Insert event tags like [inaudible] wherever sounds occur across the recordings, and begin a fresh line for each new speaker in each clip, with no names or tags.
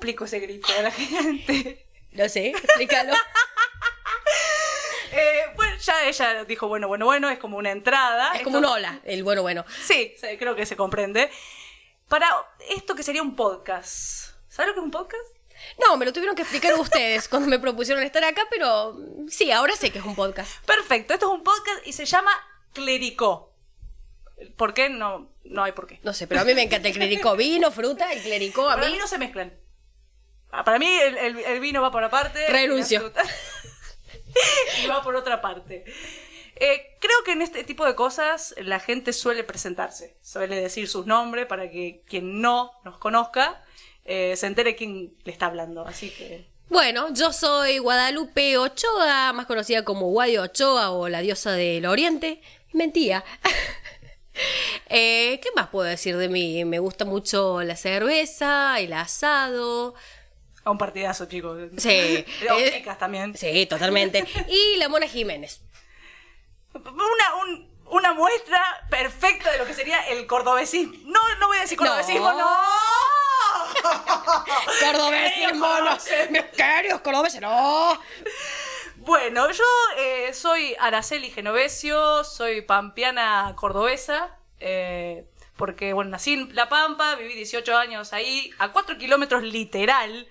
México se grita a la [laughs] gente.
No sé, explícalo.
[laughs] Eh, bueno, ya ella dijo, bueno, bueno, bueno, es como una entrada.
es como un
Esto-
hola, el bueno, bueno.
Sí, sí, creo que se comprende. Para esto que sería un podcast. ¿Sabes lo que es un podcast?
No, me lo tuvieron que explicar ustedes cuando me propusieron estar acá, pero mm, sí, ahora sé que es un podcast.
Perfecto, esto es un podcast y se llama Clericó. ¿Por qué? No, no hay por qué.
No sé, pero a mí me encanta el clericó. Vino, fruta, el clericó, a
Para
mí.
mí no se mezclan. Ah, Para mí el, el- el vino va por una parte.
Renuncio.
la fruta- [laughs] y va por otra parte. Eh, creo que en este tipo de cosas la gente suele presentarse, suele decir sus nombres para que quien no nos conozca eh, se entere quién le está hablando. Así que
Bueno, yo soy Guadalupe Ochoa, más conocida como Guadio Ochoa o la diosa del Oriente. Mentía. [laughs] Eh, ¿Qué más puedo decir de mí? Me gusta mucho la cerveza, el asado.
a un partidazo, chicos. [laughs]
Sí.
Pero
Eh,
chicas también.
Sí, [laughs] totalmente. Y la Mona Jiménez.
Una, un- una muestra perfecta de lo que sería el cordobesismo. No, no voy a decir cordobesismo,
No.
no.
Cordobeses,
Queridos
monos. Queridos cordobeses, no.
Bueno, yo eh, soy Araceli Genovesio, soy pampeana cordobesa, eh, porque bueno, nací en La Pampa, viví 18 años ahí, a 4 kilómetros literal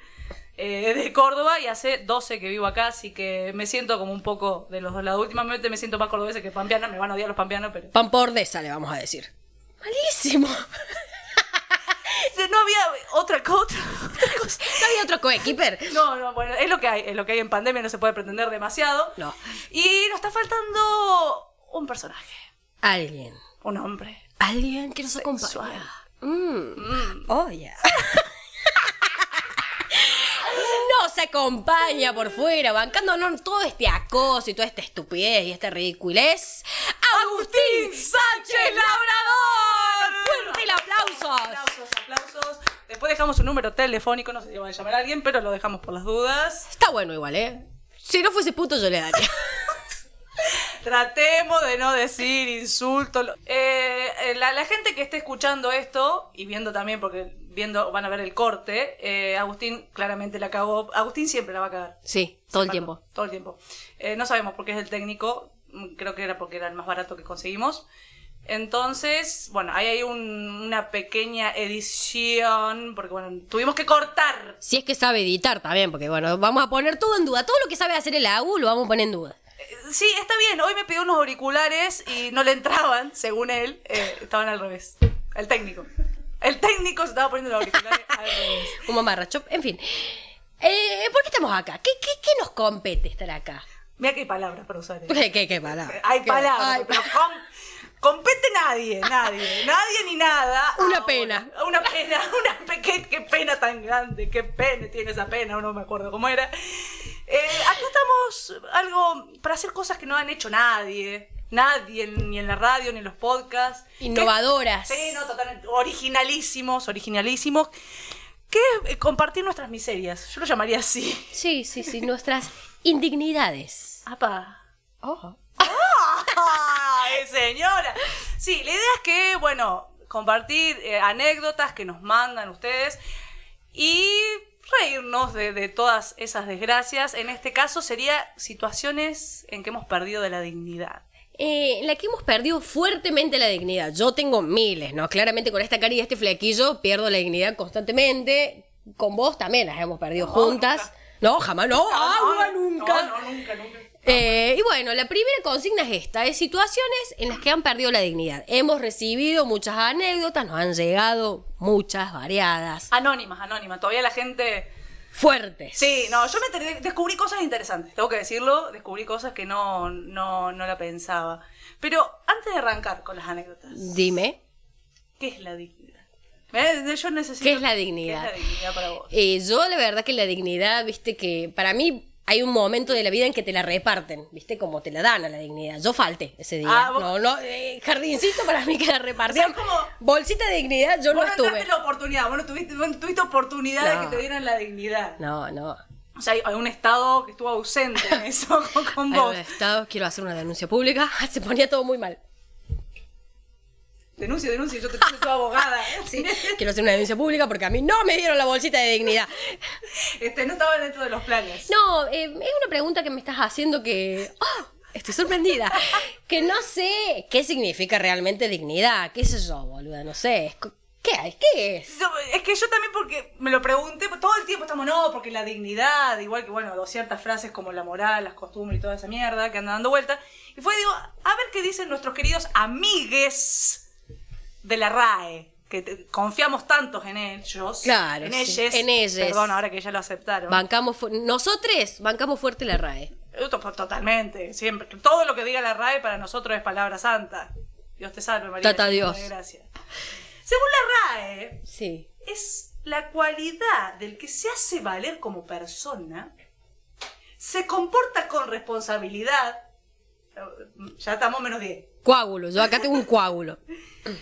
eh, de Córdoba y hace 12 que vivo acá, así que me siento como un poco de los dos lados. Últimamente me siento más cordobesa que pampeana, me van a odiar los pampeanos, pero... [laughs]
Pampordesa, le vamos a decir. [laughs] Malísimo.
Se- No había otra, co- otra, otra cosa.
¿No había otro coequiper?
No, no, bueno, es lo que hay, es lo que hay en pandemia, no se puede pretender demasiado.
No.
Y nos está faltando un personaje,
Alguien.
un hombre.
Alguien que nos acompaña. Mm. Oh, [laughs] yeah. Nos acompaña por fuera, bancándonos todo este acoso y toda esta estupidez y esta ridiculez. Agustín Sánchez Labrador. Fuerte el aplauso.
Aplausos, aplausos. Después dejamos un número telefónico, no sé si van a llamar a alguien, pero lo dejamos por las dudas.
Está bueno igual, ¿eh? Si no fuese puto yo le
[laughs]
daría.
Tratemos de no decir insultos. Eh, eh, la, la gente que esté escuchando esto y viendo también, porque viendo van a ver el corte, eh, Agustín claramente la cagó. Agustín siempre la va a cagar.
Sí, todo el tiempo.
Todo el tiempo. Eh, no sabemos por qué es el técnico. mm, Creo que era porque era el más barato que conseguimos. Entonces, bueno, ahí hay un- una pequeña edición, porque bueno, tuvimos que cortar.
Si es que sabe editar también, porque bueno, vamos a poner todo en duda. Todo lo que sabe hacer el AU lo vamos a poner en duda.
Eh, Sí, está bien, hoy me pidió unos auriculares y no le entraban, [laughs] según él, eh, estaban al revés. El técnico. El técnico se estaba poniendo los auriculares al revés.
Un mamarracho. En fin. Eh, ¿Por qué estamos acá? ¿Qué, qué, qué nos compete estar acá? [laughs]
Mira qué palabras para usar. eh.
¿Qué, qué, qué palabra?
Hay
Qué-
palabras,
ay,
pero com- compete nadie, nadie, nadie ni nada.
[laughs]
Ah,
Una pena.
Una pena, [laughs] una pe- qué, qué pena tan grande, qué pena tiene esa pena, no me acuerdo cómo era. Eh, acá estamos algo para hacer cosas que no han hecho nadie, nadie, ni en la radio, ni en los podcasts.
[laughs] Innovadoras.
Sí, no, totalmente, originalísimos, originalísimos. Que es eh, compartir nuestras miserias, yo lo llamaría así. [laughs]
Sí, sí, sí, nuestras indignidades.
Apa.
Ojo.
¡Ay, señora! Sí, la idea es que, bueno, compartir eh, anécdotas que nos mandan ustedes y reírnos de, de todas esas desgracias. En este caso sería situaciones en que hemos perdido de la dignidad.
Eh, en la que hemos perdido fuertemente la dignidad. Yo tengo miles, ¿no? Claramente con esta cara y este flequillo pierdo la dignidad constantemente. Con vos también las hemos perdido juntas. No, jamás, Ah, no, agua nunca.
No, no, nunca, nunca.
Eh, y bueno, la primera consigna es esta, es situaciones en las que han perdido la dignidad. Hemos recibido muchas anécdotas, nos han llegado muchas variadas,
Anónimas, anónimas. Todavía la gente...
fuertes.
Sí, no, yo me enteré- descubrí cosas interesantes, tengo que decirlo, descubrí cosas que no, no, no la pensaba. Pero antes de arrancar con las anécdotas,
Dime,
¿Qué es la dignidad? ¿Eh? Yo necesito...
¿Qué es la dignidad?
¿Qué es la dignidad para vos?
eh, yo la verdad que la dignidad, viste que para mí hay un momento de la vida en que te la reparten, viste como te la dan a la dignidad. Yo falté ese día.
Ah, vos-
No, no, eh, jardincito para mí que la repartieron.
O sea, como-
Bolsita de dignidad, yo no
Vos no
estuve.
entraste la oportunidad, vos no tuviste, vos no tuviste oportunidad
No.
de que te dieran la dignidad.
No, no.
O sea, hay, hay un Estado que estuvo ausente en eso [laughs] con, con
Ay, [laughs]
vos.
Estado, quiero hacer una denuncia pública. Se ponía todo muy mal.
Denuncie, denuncie, yo te puse tu abogada. ¿eh? [laughs]
Sí, quiero hacer una denuncia pública porque a mí no me dieron la bolsita de dignidad.
Este, no estaba dentro de los planes.
No, eh, es una pregunta que me estás haciendo que... ¡Oh! Estoy sorprendida. Que no sé qué significa realmente dignidad. ¿Qué sé yo, boluda? No sé. Es co- ¿Qué hay? ¿Qué es?
Yo- es que yo también porque me lo pregunté, pues, todo el tiempo estamos, no, porque la dignidad, igual que, bueno, dos ciertas frases como la moral, las costumbres y toda esa mierda que andan dando vuelta. Y fue, digo, a ver qué dicen nuestros queridos amigues de la RAE, que te- confiamos tantos en ellos.
Claro,
En
sí.
ellos.
En ellas.
Perdón, ahora que ya lo aceptaron.
Bancamos fu- Nosotros bancamos fuerte la RAE.
Eh, to- Totalmente, siempre. Todo lo que diga la RAE para nosotros es palabra santa. Dios te salve, María.
Tata
llena de
Dios.
gracia. Según la RAE,
Sí.
es la cualidad del que se hace valer como persona, se comporta con responsabilidad, eh, ya estamos menos 10,
Coágulo. Yo acá tengo un coágulo.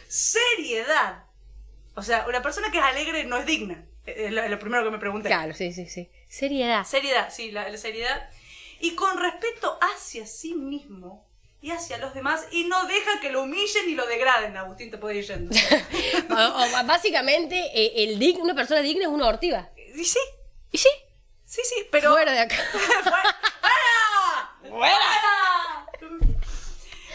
seriedad. O sea, una persona que es alegre no es digna, eh, es lo, es lo primero que me pregunté.
Claro, sí, sí, sí. Seriedad.
Seriedad, sí, la, la seriedad. Y con respeto hacia sí mismo y hacia los demás, y no deja que lo humillen y lo degraden, Agustín, te puede ir yendo.
O- o básicamente, eh, el dig- una persona digna es una ortiva.
y sí,
¿Y sí?
sí, sí, pero...
Fuera de acá.
¡Fuera! ¡Fuera!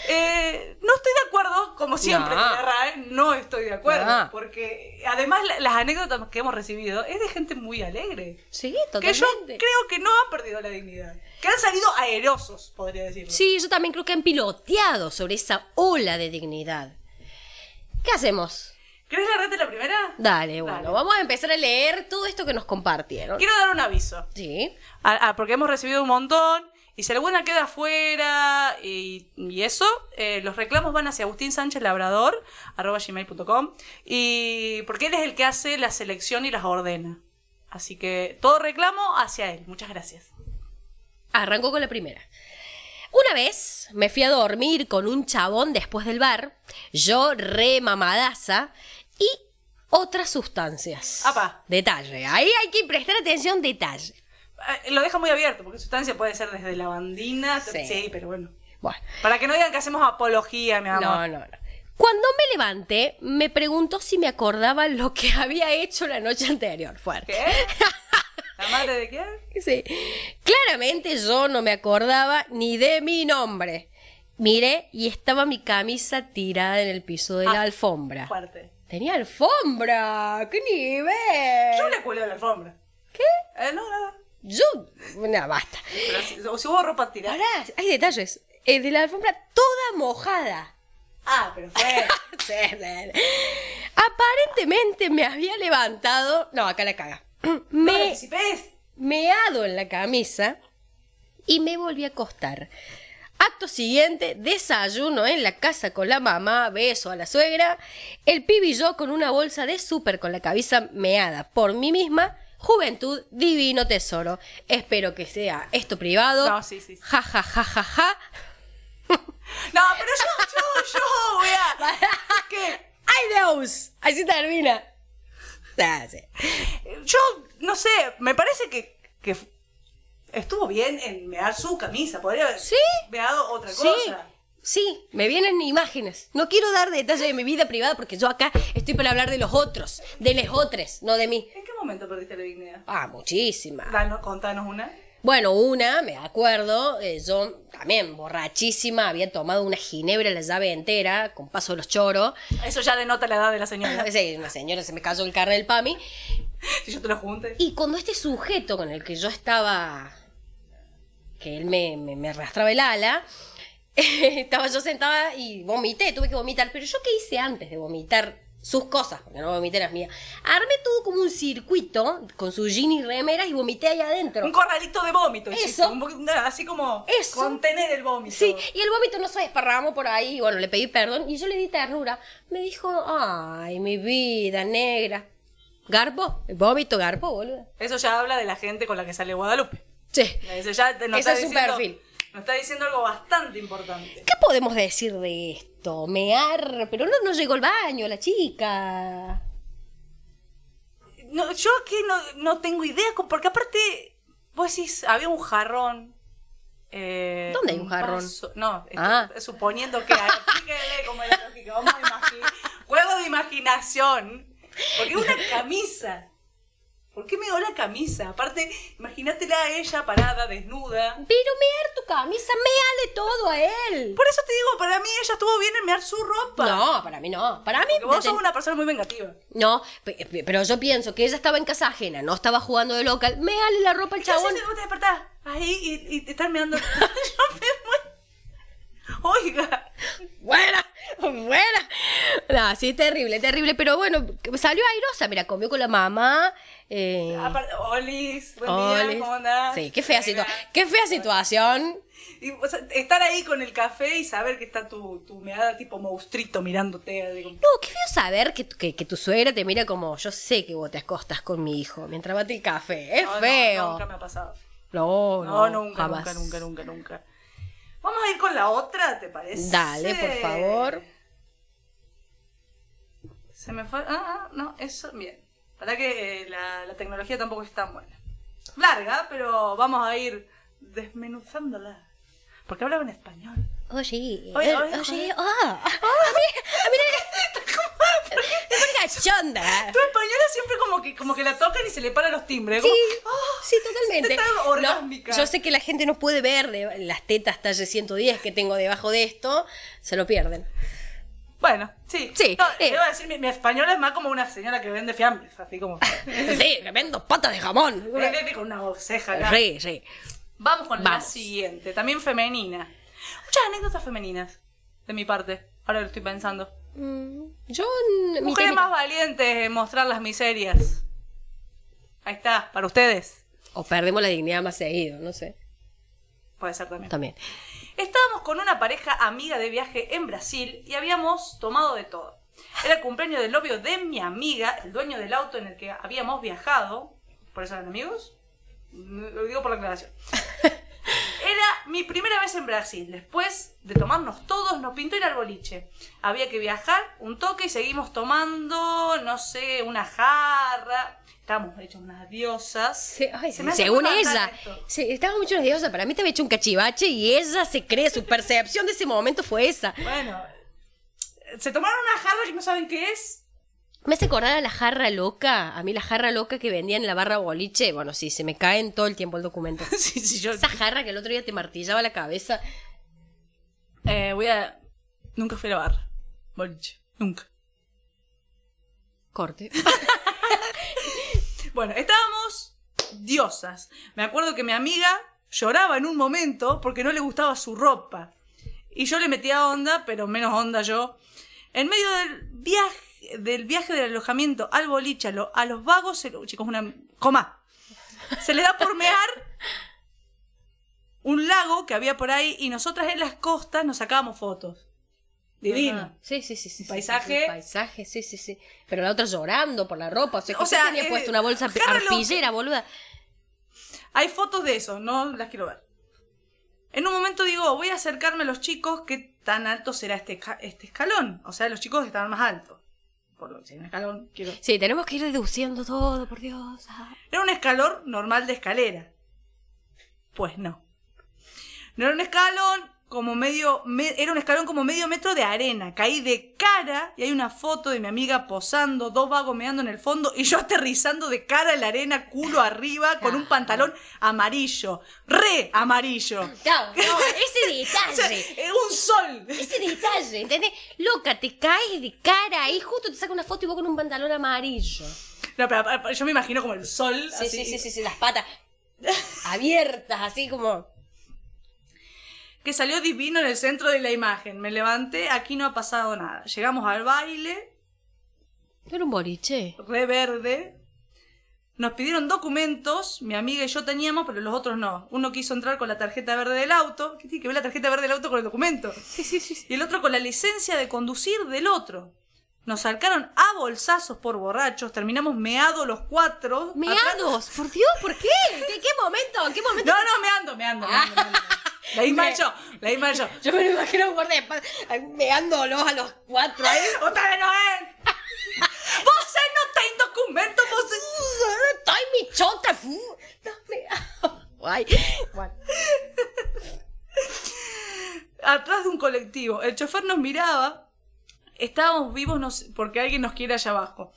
Eh, no estoy de acuerdo, como siempre,
No.
con la RAE, no estoy de acuerdo.
No.
Porque además la- las anécdotas que hemos recibido es de gente muy alegre.
[laughs] Sí,
Que yo
totalmente.
creo que no han perdido la dignidad. Que han salido aerosos, podría decirlo.
Sí, yo también creo que han piloteado sobre esa ola de dignidad. ¿Qué hacemos?
¿Querés largarte la primera?
Dale, bueno,
Dale.
vamos a empezar a leer todo esto que nos compartieron.
Quiero dar un aviso.
Sí.
Ah, ah, porque hemos recibido un montón. Y si alguna queda afuera y, y eso, eh, los reclamos van hacia Agustín Sánchez Labrador, arroba gmail.com. Y porque él es el que hace la selección y las ordena. Así que todo reclamo hacia él. Muchas gracias.
Arranco con la primera. Una vez me fui a dormir con un chabón después del bar, yo re mamadaza y otras sustancias.
Apa.
Detalle, ahí hay que prestar atención, detalle.
Ah, Lo deja muy abierto, porque sustancia puede ser desde lavandina.
Sí.
Sí. pero bueno.
Bueno,
Para que no digan que hacemos apología, mi amor.
no, no, no. Cuando me levanté, me preguntó si me acordaba lo que [laughs] había hecho la noche anterior. Fuerte.
¿Qué? ¿La madre de quién?
Sí. Claramente yo no me acordaba ni de mi nombre. Miré y estaba mi camisa tirada en el piso de la
Ah.
alfombra.
Fuerte.
Tenía alfombra. ¡Qué nivel!
Yo le cuelgo la alfombra.
¿Qué?
Eh, no, nada.
Yo. No, basta.
Pero si, o si hubo ropa tirada.
Ahora hay detalles. El de la alfombra toda mojada.
Ah, pero fue.
Sí, sí. [laughs] Aparentemente me había levantado. No, acá la
[clears throat]
caga.
No
Me.
participes.
meado en la camisa y me volví a acostar. Acto siguiente, desayuno en la casa con la mamá, beso a la suegra, el pibe y yo con una bolsa de súper con la cabeza meada por mí misma, juventud, divino tesoro. Espero que sea esto privado.
No, sí, sí, sí.
Ja, ja, ja, ja, ja.
No, pero yo, yo, yo
[laughs]
voy a. ¿Qué?
¡Ay, Dios! Así termina. Ah, sí.
Yo, no sé, me parece que, que f- estuvo bien en mear su camisa. Podría haber
Sí.
meado otra
Sí,
cosa.
sí, me vienen imágenes. No quiero dar detalles de mi vida privada porque yo acá estoy para hablar de los otros, de los otros, no de mí.
¿En qué momento perdiste la dignidad?
Ah, muchísima.
Danos, contanos una.
Bueno, una, me acuerdo, eh, yo también borrachísima, había tomado una ginebra la llave entera, con paso de los choros.
Eso ya denota la edad de
[laughs]
la señora.
Sí, una señora se me cayó el carnet del PAMI.
Si yo te lo junte.
Y cuando este sujeto con el que yo estaba, que él me, me, me arrastraba el ala, [laughs] estaba yo sentada y vomité, tuve que vomitar. Pero yo qué hice antes de vomitar sus cosas, porque no vomité las mías. Armé todo como un circuito con su jean y remeras y vomité ahí adentro.
Un corralito de vómito. hiciste,
Eso.
un poqu- nada, así como
Eso.
contener el vómito.
Sí, y el vómito no se desparramó por ahí, y bueno, le pedí perdón y yo le di ternura. Me dijo, ay, mi vida negra. Garpo, vómito, garpo, boludo.
Eso ya habla de la gente con la que sale Guadalupe.
Sí.
Eso ya te- nos
Ese
está
es su
diciendo-
perfil.
Nos está diciendo algo bastante importante.
¿Qué podemos decir de esto? Mear, pero no, no llegó al baño la chica.
No, yo aquí no, no tengo idea, co- porque aparte, vos decís, había un jarrón. eh,
¿Dónde hay un jarrón?
vaso- no, esto-
Ah.
suponiendo que. explíquele cómo es la lógica, vamos a imagi- grado de imaginación. Porque una camisa. ¿Por qué me dio la camisa? Aparte, imagínatela a ella parada, desnuda.
Pero mear tu camisa, meale todo a él.
Por eso te digo, para mí ella estuvo bien en mear su ropa.
No, para mí no. Para mí.
Porque vos
deten-
sos una persona muy vengativa.
No, pe- pe- pero yo pienso que ella estaba en casa ajena, no estaba jugando de local. Meale la ropa al chabón.
Entonces, vos te despertás ahí y, y te están meando. [laughs] Yo me muero. Oiga.
Buena, buena. No, sí, terrible, terrible. Pero bueno, salió airosa. Mira, comió con la mamá. Eh,
Aparte, Olis, Ah, buen
oles.
día, ¿cómo andás?
Sí, qué fea, situa-
Nena.
qué fea situación.
Y, o sea, estar ahí con el café y saber que está tu, tu meada tipo monstruito mirándote. así como-
No, qué feo saber que, tu- que, que tu suegra te mira como yo sé que vos te acostas con mi hijo mientras bate el café. Es
No, no,
feo.
nunca me ha pasado.
No,
No,
no,
nunca,
jamás.
nunca, nunca, nunca, nunca. Vamos a ir con la otra, ¿te parece?
Dale, por favor.
Se me fue. Ah, ah, no, eso, bien. Para que eh, la, la tecnología tampoco es tan buena. Larga, pero vamos a ir desmenuzándola. Porque hablaba en español.
Oye,
Oye,
eh,
oye,
oye,
joder.
ah. Ah, mira, [laughs] mira, mira, cachonda.
Tu española siempre como que, como que la tocan y se le paran los timbres.
Sí,
como, ah,
sí, totalmente.
está
No,
orgásmica.
yo sé que la gente no puede ver de- las tetas talle 110 que tengo debajo de esto, se lo pierden.
Bueno, sí.
Sí,
No,
eh.
debo decir, mi, mi español es más como una señora que vende fiambres, así
[laughs]
como.
Sí, me vendo patas de
[laughs]
jamón.
vende con una ceja acá.
Sí, sí.
Vamos con la
Vamos.
siguiente, también femenina. Muchas anécdotas femeninas, de mi parte, ahora lo estoy pensando.
Mm, Yo en mi
Mujeres
técnica-
más valientes en mostrar las miserias. Ahí está, para ustedes.
O perdemos la dignidad más seguido, no sé.
Puede ser también.
También.
Estábamos con una pareja amiga de viaje en Brasil y habíamos tomado de todo. Era el cumpleaños del novio de mi amiga, el dueño del auto en el que habíamos viajado. ¿Por eso eran amigos? Mm, Lo digo por
[laughs]
la aclaración. Era mi primera vez en Brasil. Después de tomarnos todos, nos pintó ir al boliche. Había que viajar un toque y seguimos tomando, no sé, una jarra. Estábamos hechos unas diosas.
Sí, ay,
Se me hace
según
muy fatal
ella,
esto.
sí, estaba mucho nerviosa. Para mí te había hecho un cachivache y ella se cree, su percepción de ese momento fue esa.
Bueno, se tomaron una jarra que no saben qué es.
Me hace acordar a la jarra loca, a mí la jarra loca que vendían en la barra boliche. Bueno, sí, se me caen todo el tiempo el documento.
[laughs] sí, sí, yo.
Esa jarra que el otro día te martillaba la cabeza.
Eh, voy a. Nunca fui a la barra. Boliche. Nunca.
Corte.
Bueno, estábamos diosas. Me acuerdo que mi amiga lloraba en un momento porque no le gustaba su ropa. Y yo le metía onda, pero menos onda yo. En medio del viaje, del viaje del alojamiento al boliche, a, lo- a los vagos, se, lo- chicos, una coma. Se les da por mear un lago que había por ahí y nosotras en las costas nos sacábamos fotos. [laughs] Divino.
Ajá. Sí, sí, sí. sí, sí,
Paisaje.
sí, sí, paisaje, sí, sí, sí. Pero la otra llorando por la ropa. O sea,
O
que usted
sea,
tenía
eh,
puesto una bolsa
jarra loca.
arpillera, boluda.
Hay fotos de eso, no las quiero ver. En un momento digo, voy a acercarme a los chicos, ¿qué tan alto será este, esca- este escalón? O sea, los chicos estaban más altos. Por lo que si hay un escalón, quiero...
Sí, tenemos que ir deduciendo todo, por Dios. Ah.
Era un escalón normal de escalera. Pues no. No era un escalón como medio... me- era un escalón como medio metro de arena. Caí de cara y hay una foto de mi amiga posando, dos vagos meando en el fondo y yo aterrizando de cara en la arena, culo arriba, con un pantalón amarillo. Re amarillo.
No, no, ese [laughs]
O sea,
detalle.
eh, un sol.
Ese detalle, ¿entendés? Loca, te caes de cara y justo te saca una foto y vos con un pantalón amarillo.
No, pero, pero eh, yo me imagino como el sol.
Sí,
así.
Ah, sí, sí, sí, sí, las patas abiertas, así como.
que salió divino en el centro de la imagen. Me levanté, aquí no ha pasado nada. Llegamos al baile,
¿No era un boliche?
re verde. Nos pidieron documentos, mi amiga y yo teníamos, pero los otros no. Uno quiso entrar con la tarjeta verde del auto. ¿Qué tiene que ver la tarjeta verde del auto con el documento?
Sí, sí, sí.
Y el otro con la licencia de conducir del otro. Nos sacaron a bolsazos por borrachos, terminamos meados los cuatro. Atrás-
Meados, por Dios, ¿por qué? ¿Qué, qué momento? ¿Qué momento?
No, no, me ando, me ando. Me ando, me ando. La
Me-
imagen yo, la imagen yo.
Yo me lo imagino guarda de espalda, ahí meándolos a los cuatro ahí.
¡Otra vez no es! ¡Vos no tenéis documento! ¡Vos
Estoy mi chota. fu. No, me... [laughs] Guay. Bueno.
Atrás de un colectivo. El chofer nos miraba estábamos vivos nos- porque alguien nos quiere allá abajo.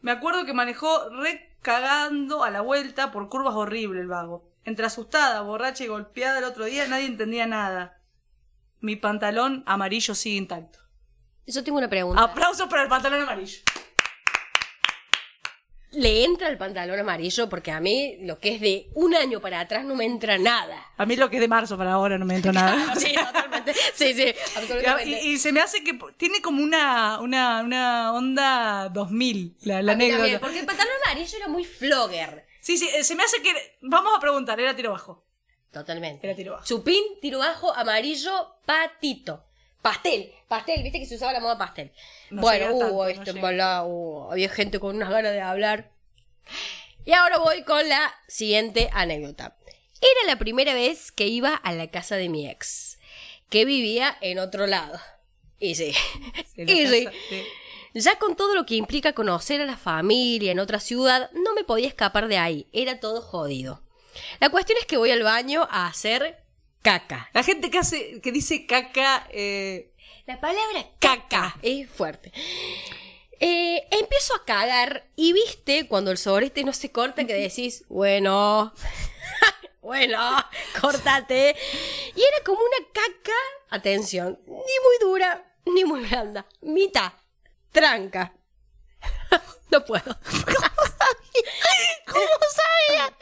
Me acuerdo que manejó recagando a la vuelta por curvas horrible el vago. Entre asustada, borracha y golpeada el otro día, nadie entendía nada. Mi pantalón amarillo sigue intacto.
Yo tengo una pregunta.
Aplausos para el pantalón amarillo.
¿Le entra el pantalón amarillo? Porque a mí lo que es de un año para atrás no me entra nada. [laughs]
A mí lo que es de marzo para ahora no me entra nada.
Sí, totalmente. Sí, sí, [laughs] absolutamente.
Y, y se me hace que po- tiene como una, una, una onda 2000, la, la
A mí
anécdota.
también, porque el pantalón amarillo era muy flogger.
Sí, sí, eh, se me hace que... Vamos a preguntar, era tiro bajo.
Totalmente.
Era tiro bajo.
Chupín, tiro bajo, amarillo, patito. Pastel, pastel, viste que se usaba la moda pastel.
No
bueno,
llega tanto,
hubo
no
esto,
llega.
embalá, hubo- había gente con unas ganas de hablar. Y ahora voy con la siguiente anécdota. Era la primera vez que iba a la casa de mi ex, que vivía en otro lado. Y sí,
De
[laughs]
la
y sí.
casa de-
Ya con todo lo que implica conocer a la familia en otra ciudad, no me podía escapar de ahí. Era todo jodido. La cuestión es que voy al baño a hacer caca.
La gente que hace, que dice caca, eh,
La palabra caca es fuerte. Eh, empiezo a cagar y viste cuando el sobrete no se corta que decís, bueno, [laughs] bueno, cortate. Y era como una caca, atención, ni muy dura ni muy blanda, mitad, tranca. [laughs] no puedo. [laughs]
¿Cómo sabía?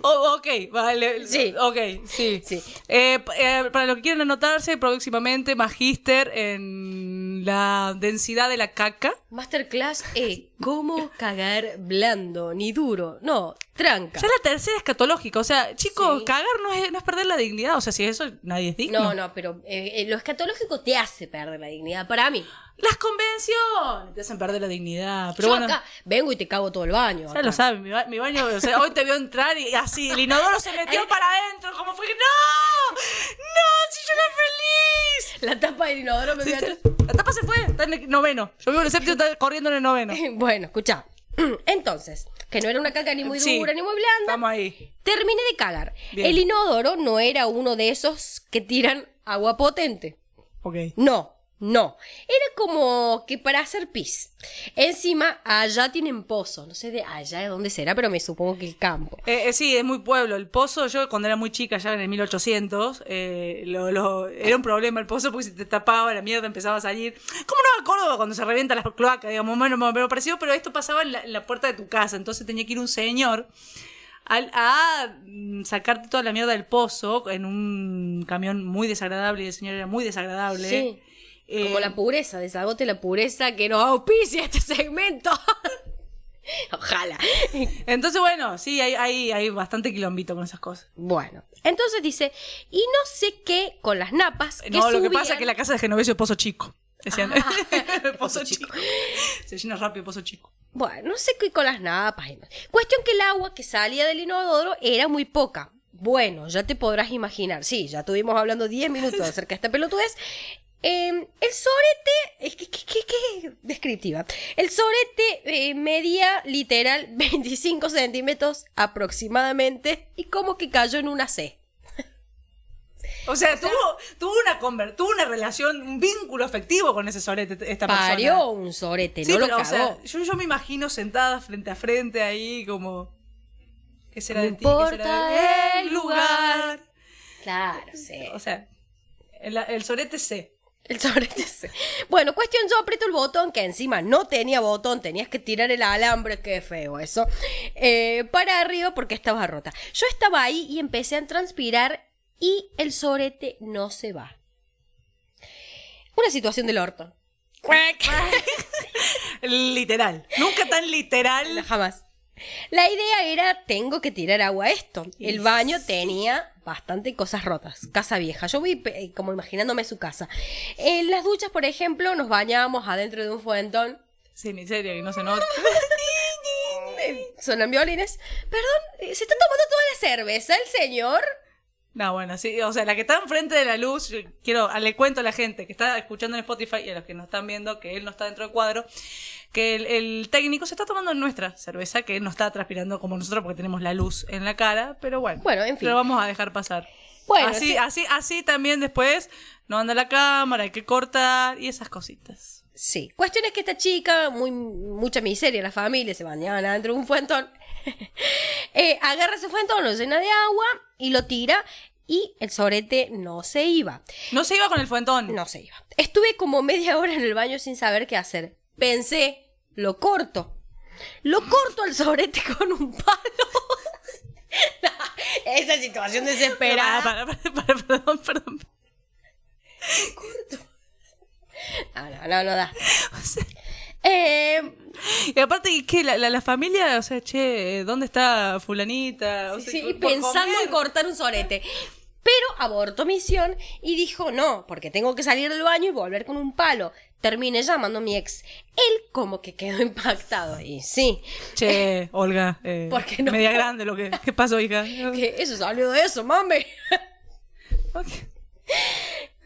Oh, ok, vale.
Sí.
Ok, sí.
Sí.
Eh, p- eh, para los que quieran anotarse, próximamente Magíster en la densidad de la caca.
Masterclass es cómo cagar blando, ni duro, no, tranca.
Ya la tercera escatológica. O sea, chicos,
Sí.
cagar no es, no es perder la dignidad. O sea, si eso nadie es digno.
No, no, pero eh, eh, lo escatológico te hace perder la dignidad, para mí.
Las convenciones te hacen perder la dignidad. Pero
Yo
bueno.
acá vengo y te cago todo el baño.
Ya
acá.
lo saben, mi, ba- mi baño, o sea, hoy te vio entrar y así, el inodoro se metió para adentro, como fue, ¡no! ¡No, si yo era feliz!
La tapa del inodoro me voy atrás.
La tapa se fue, está en el noveno. Yo vivo en el séptimo, está corriendo en el noveno.
[laughs] Bueno, escucha. [clears throat] Entonces, que no era una caca ni muy
Sí.
dura ni muy blanda,
Estamos ahí.
terminé de cagar.
Bien.
El inodoro no era uno de esos que tiran agua potente.
Ok.
No, no. Era como que para hacer pis. Encima, allá tienen pozo. No sé de allá de dónde será, pero me supongo que el campo.
Eh, eh, sí, es muy pueblo. El pozo, yo cuando era muy chica, ya en el 1800, eh, lo- lo- era un problema el pozo porque si te tapaba la mierda empezaba a salir. ¿Cómo no me acuerdo cuando se revienta las cloacas? Digamos, bueno, me me pareció, pero esto pasaba en la, en la puerta de tu casa. Entonces tenía que ir un señor al- a mm, sacarte toda la mierda del pozo en un camión muy desagradable y el señor era muy desagradable.
Sí.
Eh,
Como la pureza, desagote la pureza que nos auspicia este segmento. [laughs] Ojalá.
Entonces, bueno, sí, hay, hay, hay bastante quilombito con esas cosas.
Bueno, entonces dice, y no sé qué con las napas que
No, lo que pasa
subían-
es que la casa de Genovesio es pozo chico. Decían,
Ah,
[laughs] pozo chico. Se llena rápido pozo chico.
Bueno, no sé qué con las napas. y no- Cuestión que el agua que salía del inodoro era muy poca. Bueno, ya te podrás imaginar. Sí, ya estuvimos hablando 10
[laughs]
minutos acerca de esta pelotudez. Eh, el sorete, es que, que- que- que descriptiva. El sorete eh, medía literal [laughs] 25 centímetros aproximadamente y como que cayó en una C.
O sea, tuvo, tuvo una conver- tuvo una relación, un vínculo afectivo con ese sorete, esta
Parió
persona.
un sorete,
Sí,
no
pero,
lo
o sea,
cagó.
yo, yo me imagino sentada frente a frente ahí como... ¿Qué será
No
de ti? ¿Qué será
importa
de
el
el lugar?
Claro, sí.
O sea, el, el sorete C.
El [laughs] sobrete ese. Bueno, cuestión, yo aprieto el botón, que encima no tenía botón, tenías que tirar el alambre, qué feo eso, eh, para arriba porque estaba rota. Yo estaba ahí y empecé a transpirar y el sorete no se va. Una situación del orto.
[laughs] Literal. Nunca tan literal.
No, jamás. La idea era, tengo que tirar agua a esto. El baño tenía bastante cosas rotas. Casa vieja. Yo voy pe- como imaginándome su casa. En las duchas, por ejemplo, nos bañábamos adentro de un fuentón.
Sí, miseria, que no se nota.
Eh, Sonan violines. Perdón, eh, se está tomando toda la cerveza el señor.
No, bueno, sí, o sea, la que está enfrente de la luz, yo quiero, ah, le cuento a la gente que está escuchando en Spotify y a los que nos están viendo que él no está dentro del cuadro, que el, el técnico se está tomando nuestra cerveza, que él no está transpirando como nosotros porque tenemos la luz en la cara, pero bueno,
Bueno, en fin.
lo vamos a dejar pasar.
Bueno,
así,
sí.
así, así también después no anda la cámara, hay que cortar y esas cositas.
Sí. Cuestión es que esta chica, muy, mucha miseria en la familia, se bañaban adentro de un fuentón. [laughs] Eh, agarra ese fuentón, lo llena de agua y lo tira. Y el sorete no se iba.
No se iba con el fuentón.
No se iba. Estuve como media hora en el baño sin saber qué hacer. Pensé, lo corto. Lo corto al sorete [laughs] con un palo. [laughs] Esa situación desesperada.
Para, para, para, para, perdón, perdón.
No, no, no, no da.
[laughs] O sea,
Eh,
y aparte, que la, la, la familia, o sea, che, ¿dónde está fulanita? O sea,
sí,
por- por
pensando en
comer.
cortar un sorete. Pero abortó misión y dijo no, porque tengo que salir del baño y volver con un palo. Terminé llamando a mi ex. Él como que quedó [laughs] impactado. Y sí,
Che,
[laughs]
Olga, eh,
¿Por qué no?
media grande lo que, ¿qué
[laughs]
pasó, hija?
que eso salió de eso, mami.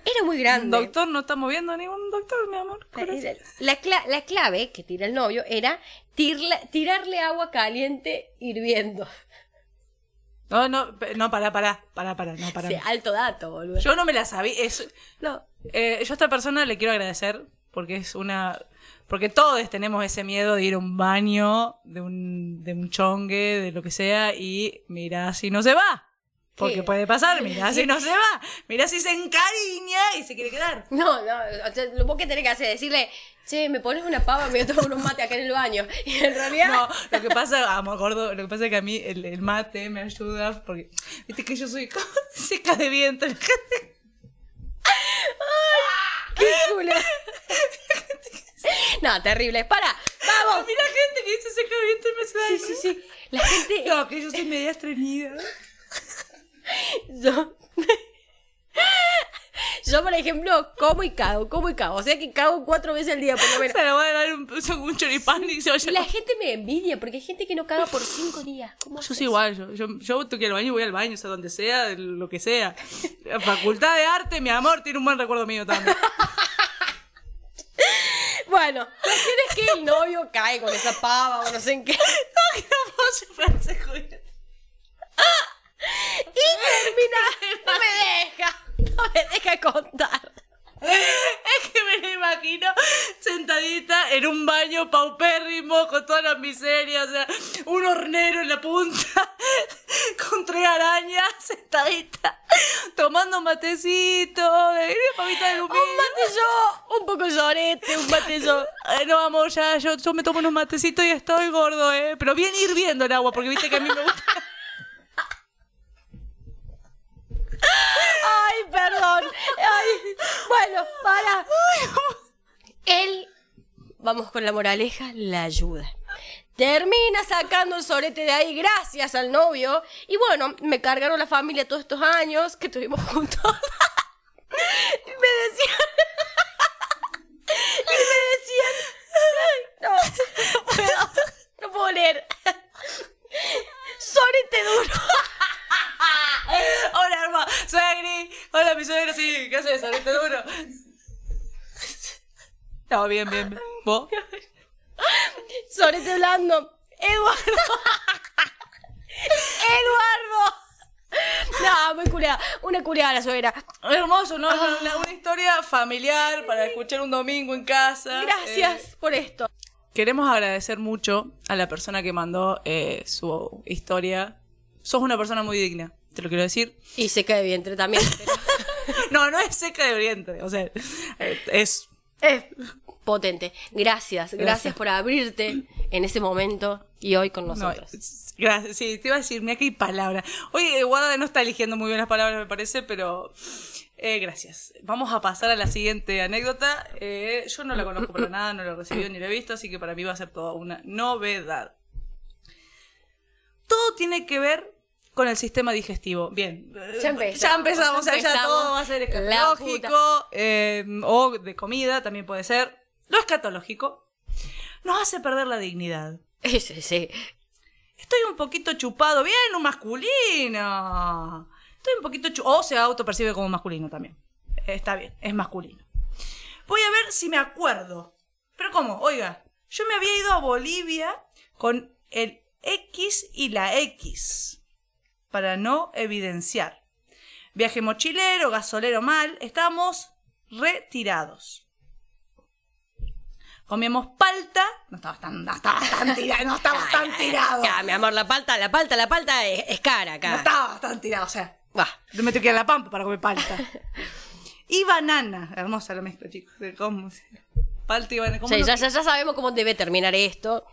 Era muy grande. Eh,
Doctor, no está moviendo ningún doctor, mi amor.
Era- La, cla- la clave que tira el novio era tirla- tirarle agua caliente hirviendo.
No, Oh, no, pe- no, pará, pará, pará, pará, no, pará.
Sí, alto dato, boludo.
Yo no me la sabía. es-
No.
eh, yo a esta persona le quiero agradecer porque es una. Porque todos tenemos ese miedo de ir a un baño, de un, de un chongue, de lo que sea, y mirá si no se va. Porque
Sí.
puede pasar, mirá si no se va. Mirá si se encariña y se quiere quedar.
No, no, o sea, lo vos que tenés que hacer es decirle, che, me pones una pava, me voy a tomar unos mates acá en el baño. [laughs] Y en realidad,
No, lo que pasa, amor gordo, lo que pasa es que a mí el, el mate me ayuda porque, viste que yo soy como [laughs] seca de viento. la gente-
[laughs] qué culo. no, terrible. Para,
A
vamos.
mí la gente que dice seca de viento me hace
Sí,
daño.
sí, sí. La gente,
No, que yo soy media estreñida.
yo... [laughs] Yo, por ejemplo, como y cago, como y cago. O sea que cago cuatro veces al día, por lo menos.
Se le va a dar un, un choripán y se vaya.
La gente me envidia porque hay gente que no caga por cinco días. ¿Cómo
Yo
haces?
soy igual, yo, yo, yo tengo que ir al baño y voy al baño, o sea, donde sea, lo que sea. La Facultad de Arte, mi amor, tiene un buen recuerdo mío también.
Bueno, cuestión es que el novio cae con esa pava o no sé en qué.
[laughs] No, que no puedo ser Francesco.
Y termina. No me deja. No me deja contar.
Es que me la imagino sentadita en un baño paupérrimo con todas las miserias, o sea, un hornero en la punta, [laughs] con tres arañas, [laughs] sentadita, tomando matecito, de una pavita de
Un mate yo, un poco llorete,
[laughs]
un mate yo.
Ay, no, amor, ya, yo, yo me tomo unos matecitos y estoy gordo, ¿eh? Pero bien hirviendo el agua, porque viste que a mí me gusta.
Ay, perdón. Ay, bueno, para. Él, vamos con la moraleja, la ayuda. Termina sacando el sorete de ahí gracias al novio. Y bueno, me cargaron la familia todos estos años que estuvimos juntos. [laughs] Y me decían... [laughs] Y me decían... ay, No, no puedo, no puedo leer. [laughs] Sorete duro.
Hola, hermano, soy Agri. Hola, mi suegro, sí, ¿qué haces? ¿Ahorita duro? No, bien, bien, bien. ¿Vos?
Sorete blando. Eduardo. [laughs] Eduardo. No, muy culiada. Una culiada la suegra.
Hermoso, ¿no? Es Una, una historia familiar para escuchar un domingo en casa. Eh,
Gracias por esto.
queremos agradecer mucho a la persona que mandó eh, su historia. Sos una persona muy digna, te lo quiero decir.
Y se cae vientre también. [laughs] pero
No, no es seca de oriente, o sea, eh, es
es potente. Gracias, gracias,
Gracias.
por abrirte en ese momento y hoy con [laughs]
No,
nosotros.
es- gracias, sí, te iba a decir, mira que hay palabras. Oye, eh, Guada no está eligiendo muy bien las palabras, me parece, pero eh, gracias. Vamos a pasar a la siguiente anécdota. Eh, yo no la conozco para nada, no la he recibido ni la he visto, así que para mí va a ser toda una novedad. Todo tiene que ver con el sistema digestivo. Bien, eh,
Ya empezamos,
ya empezamos,
ya
o sea, ya
empezamos.
todo va a ser
La puta.
escatológico eh, o de comida también puede ser. Lo escatológico nos hace perder la dignidad.
Ese, sí.
Estoy un poquito chupado, bien, un masculino. Estoy un poquito chupado. O se autopercibe como masculino también. Eh, Está bien, es masculino. Voy a ver si me acuerdo. Pero ¿cómo? Oiga, yo me había ido a Bolivia con el X y la X. Para no evidenciar. Viaje mochilero, gasolero mal. Estamos retirados. Comíamos palta. No estaba tan, no estaba tan tirado. No estaba tan tirado.
Acá, mi amor, la palta, la palta, la palta es, es cara
No
acá.
estaba tan tirado. O sea,
Bah,
yo me tengo que ir a la pampa para comer palta.
[laughs]
Y banana. Hermosa la mezcla, chicos. de ¿Cómo? se- Palta y banana. ¿Cómo
sí,
no?
ya, ya- ya sabemos cómo debe terminar esto.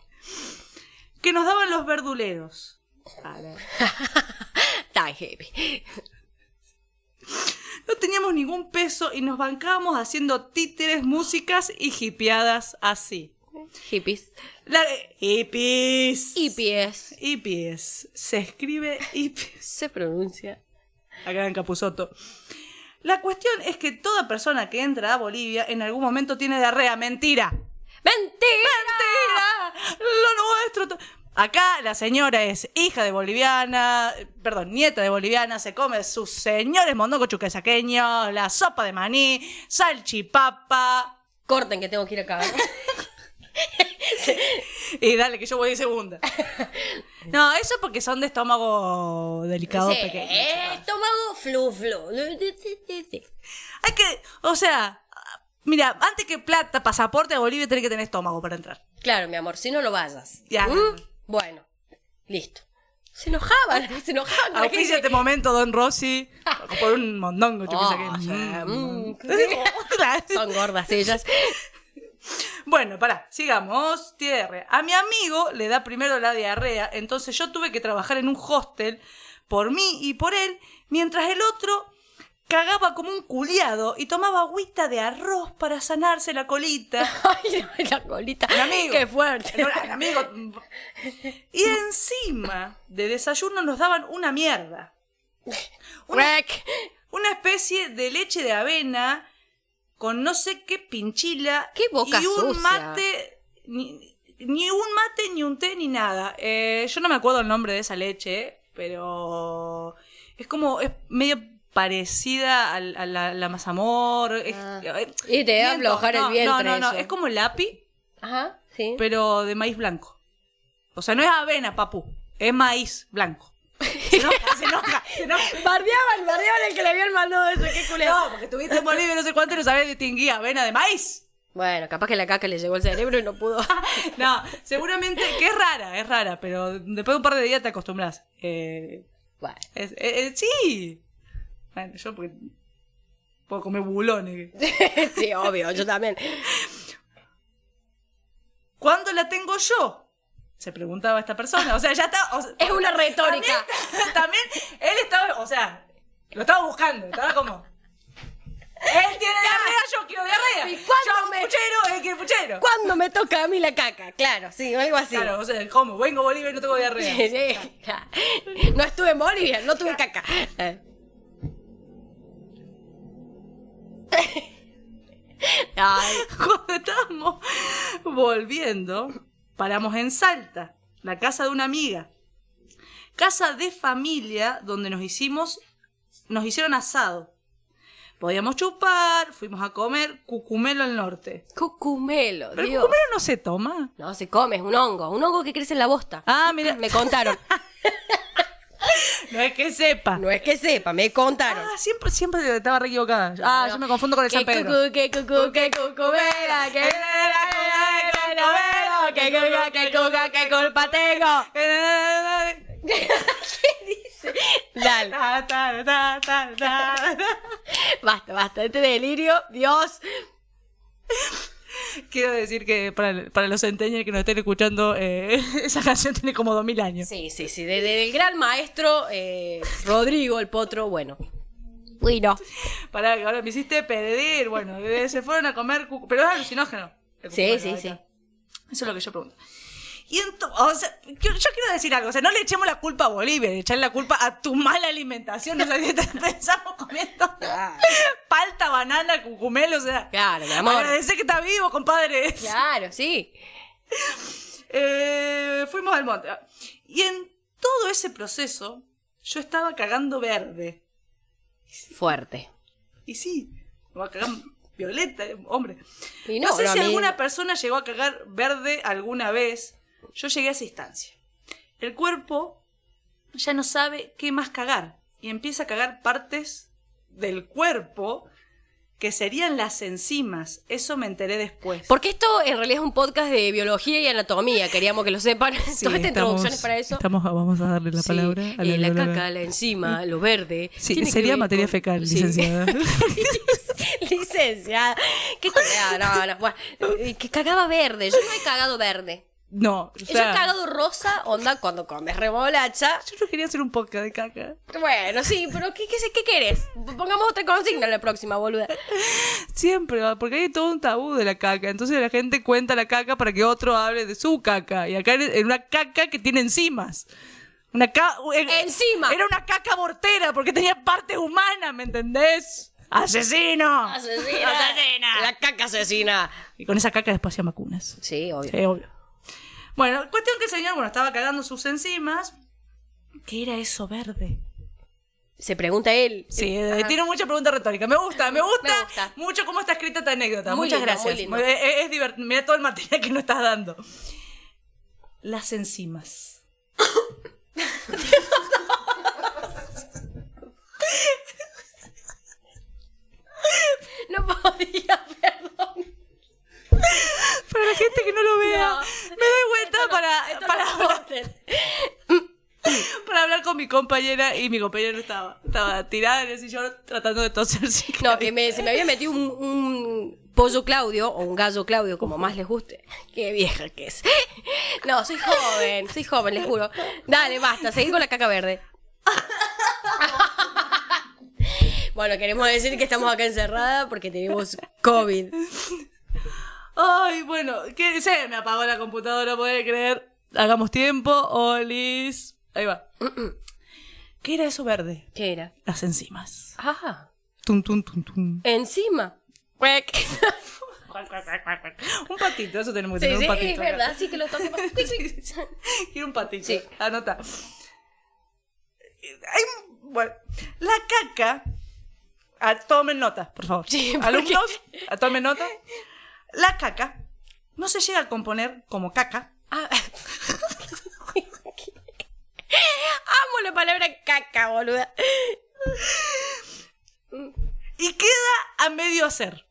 Que nos daban los verduleros. A ver.
Está heavy.
No teníamos ningún peso y nos bancábamos haciendo títeres, músicas y hipiadas así.
Hippies.
La, eh, hippies.
Hippies.
Hippies. Se escribe hippies.
Se pronuncia.
Acá en Capuzoto. La cuestión es que toda persona que entra a Bolivia en algún momento tiene diarrea. Mentira.
¡Mentira!
Mentira. Lo nuestro. to- Acá la señora es hija de boliviana, eh, perdón, nieta de boliviana, se come sus señores mondongo chuquesaqueños, la sopa de maní, salchipapa,
Corten que tengo que ir acá.
[laughs] Y dale, que yo voy
[laughs]
de segunda. No, eso es porque son de estómago delicado
Sí, eh,
pequeño.
Estómago flu flu.
Hay que, o sea, mira, antes que plata, pasaporte a Bolivia tenés que tener estómago para entrar.
Claro, mi amor, si no lo vayas.
Ya.
¿Mm? Bueno, listo. Se enojaban, se enojaban. con la gente.
Auspicia este momento, Don
[laughs]
Rossi, por un mondongo, yo
Oh,
qué sé qué.
sí,
Mm.
mm, qué
[laughs] Claro.
Son gordas
[laughs]
ellas.
Bueno, pará, sigamos. Tiene diarrea. A mi amigo le da primero la diarrea, entonces yo tuve que trabajar en un hostel por mí y por él, mientras el otro cagaba como un culiado y tomaba agüita de arroz para sanarse la colita.
Ay, no, la colita.
Un amigo.
Qué fuerte.
No, el amigo. Y encima de desayuno nos daban una mierda.
Crack.
Una especie de leche de avena con no sé qué pinchila.
Qué boca
Y un
sucia.
mate. Ni, ni un mate, ni un té, ni nada. Eh, yo no me acuerdo el nombre de esa leche, pero. Es como. Es medio parecida al- a, la, la mazamor. es-
Ah.
eh,
Y te va a
miento,
aflojar el
no,
vientre
No, no, no.
eso.
Es como lapi
Ajá, sí.
pero de maíz blanco. O sea, no es avena, papu, es maíz blanco. Se enoja, se enoja, se enoja.
Bardeaban, bardeaban el que le habían mandado eso. Qué culero.
No, porque tuviste en Bolivia no sé cuánto y no sabés distinguir avena de maíz.
Bueno, capaz que la caca le llegó al cerebro y no pudo. [laughs]
No, seguramente que es rara, es rara, pero después de un par de días te acostumbras. Eh,
Bueno.
es- eh, eh, sí. Bueno, yo porque puedo comer bulones.
sí, obvio, yo también.
¿Cuándo la tengo yo? Se preguntaba esta persona. O sea, ya está. o sea,
Es una retórica.
También, también él estaba, o sea, lo estaba buscando, estaba como. Él tiene diarrea, yo quiero diarrea.
¿Y cuándo
yo
me-
puchero, él quiere puchero.
¿Cuándo me toca a mí la caca? Claro, sí, algo así.
Claro, o sea, ¿cómo? Vengo a Bolivia y no tengo diarrea.
Sí, sí. No estuve en Bolivia, no tuve caca. Eh. Ay,
Cuando estábamos volviendo, paramos en Salta, la casa de una amiga. Casa de familia donde nos hicimos, nos hicieron asado. Podíamos chupar, fuimos a comer cucumelo al norte.
cucumelo,
Pero el
Dios.
cucumelo no se toma.
No, se come, es un hongo, un hongo que crece en la bosta.
Ah, mira,
Me contaron.
no es que sepa.
No es que sepa, me contaron.
Ah, siempre, siempre estaba re equivocada. Ah, yo me confundo con el
Que
San Pedro.
cucú, que cucú, que cucumela, que cucumela, que cuca, que cuca, que culpa tengo. Dale,
Ta, ta, ta, ta, ta.
basta, basta, este delirio, Dios.
Quiero decir que para, para los centenios que nos estén escuchando, eh, [laughs] esa canción tiene como 2000 años.
Sí, sí, sí, de- de- del gran maestro eh, Rodrigo el Potro, bueno. Uy, no.
Pará, que ahora me hiciste perder. Bueno, eh, se fueron a comer cucu- Pero es alucinógeno. el
Sí,
cucumelo,
sí,
acá.
sí.
Eso es lo que yo pregunto. Y entonces, o sea, yo, yo quiero decir algo, o sea, no le echemos la culpa a Bolivia, le echar la culpa a tu mala alimentación, o sea, que te [laughs] pensamos comiendo palta, banana, cucumelo, o sea,
Claro, mi amor.
agradecer que está vivo, compadre.
Claro, sí.
Eh, fuimos al monte. Y en todo ese proceso, yo estaba cagando verde.
Fuerte.
Y sí, me va a cagar violeta, eh, hombre.
Y
no, sé
no,
si
a mí-
alguna persona llegó a cagar verde alguna vez. Yo llegué a esa instancia. El cuerpo ya no sabe qué más cagar y empieza a cagar partes del cuerpo
que serían las enzimas. Eso me enteré después.
Porque esto en realidad es un podcast de biología y anatomía, queríamos que lo sepan. [laughs] Toda esta introducción es para eso.
Estamos, vamos a darle la
Sí,
palabra a la,
eh, la
bióloga.
caca, la enzima, lo verde.
Sí,
Tiene que
sería
ver
materia
con-
fecal,
Sí.
licenciada.
[laughs] licenciada. ¿Qué
[laughs]
cagada? No, no, bueno, eh, que cagaba verde. Yo no he cagado verde.
No, o
Yo
sea,
he cagado rosa, onda cuando comes remolacha.
yo no quería hacer un podcast de caca.
Bueno, sí, pero ¿qué, qué, qué querés? Pongamos otra consigna en la próxima, boluda.
Siempre, ¿no? porque hay todo un tabú de la caca. Entonces la gente cuenta la caca para que otro hable de su caca. Y acá era era una caca que tiene enzimas. Una ca- era-
Encima.
Era una caca abortera porque tenía parte humana, ¿me entendés?
[laughs]
¡Asesino!
Asesina. La caca asesina.
Y con esa caca después hacían vacunas.
Sí, obvio.
Sí, obvio. Bueno, cuestión que el señor, bueno, estaba cagando sus enzimas. ¿Qué era eso verde?
Se pregunta él.
Sí, eh, tiene mucha pregunta retórica. Me gusta, me gusta,
Me gusta.
mucho cómo está escrita esta anécdota.
Muy
Muchas
lindo,
gracias.
muy lindo.
Eh, eh, Es, divertido. Mira todo el material que nos estás dando. Las enzimas.
No podía, [laughs] perdón.
Para la gente que no lo vea,
No.
me doy vuelta para,
Esto no
para,
se puede hacer.
para hablar con mi compañera y mi compañera estaba, estaba tirada en el sillón tratando de toser. sin
No,
cabeza.
que me, se me había metido un, un pollo Claudio o un gallo Claudio, como más les guste. Qué vieja que es. No, soy joven, soy joven, les juro. Dale, basta, seguid con la caca verde. [laughs] Bueno, queremos decir que estamos acá encerrada porque tenemos COVID.
Ay, bueno, que se me apagó la computadora, puede creer. Hagamos tiempo, Olis. Ahí va.
Mm,
¿Qué era eso verde?
¿Qué era?
Las enzimas.
Ah,
Tum, tum, tum, tum.
encima. [laughs] Cuec.
Un patito, eso tenemos que
Sí,
tener
sí,
un patito.
es
acá.
verdad, sí que
[laughs]
lo toqué.
Quiero un patito.
Sí.
Anota. Hay- bueno, la caca. ah, tomen nota, por favor.
Sí, porque-
Alumnos, ah, tomen nota. La caca no se llega a componer como caca.
Ah. [laughs] Amo la palabra caca, boluda.
y queda a medio hacer.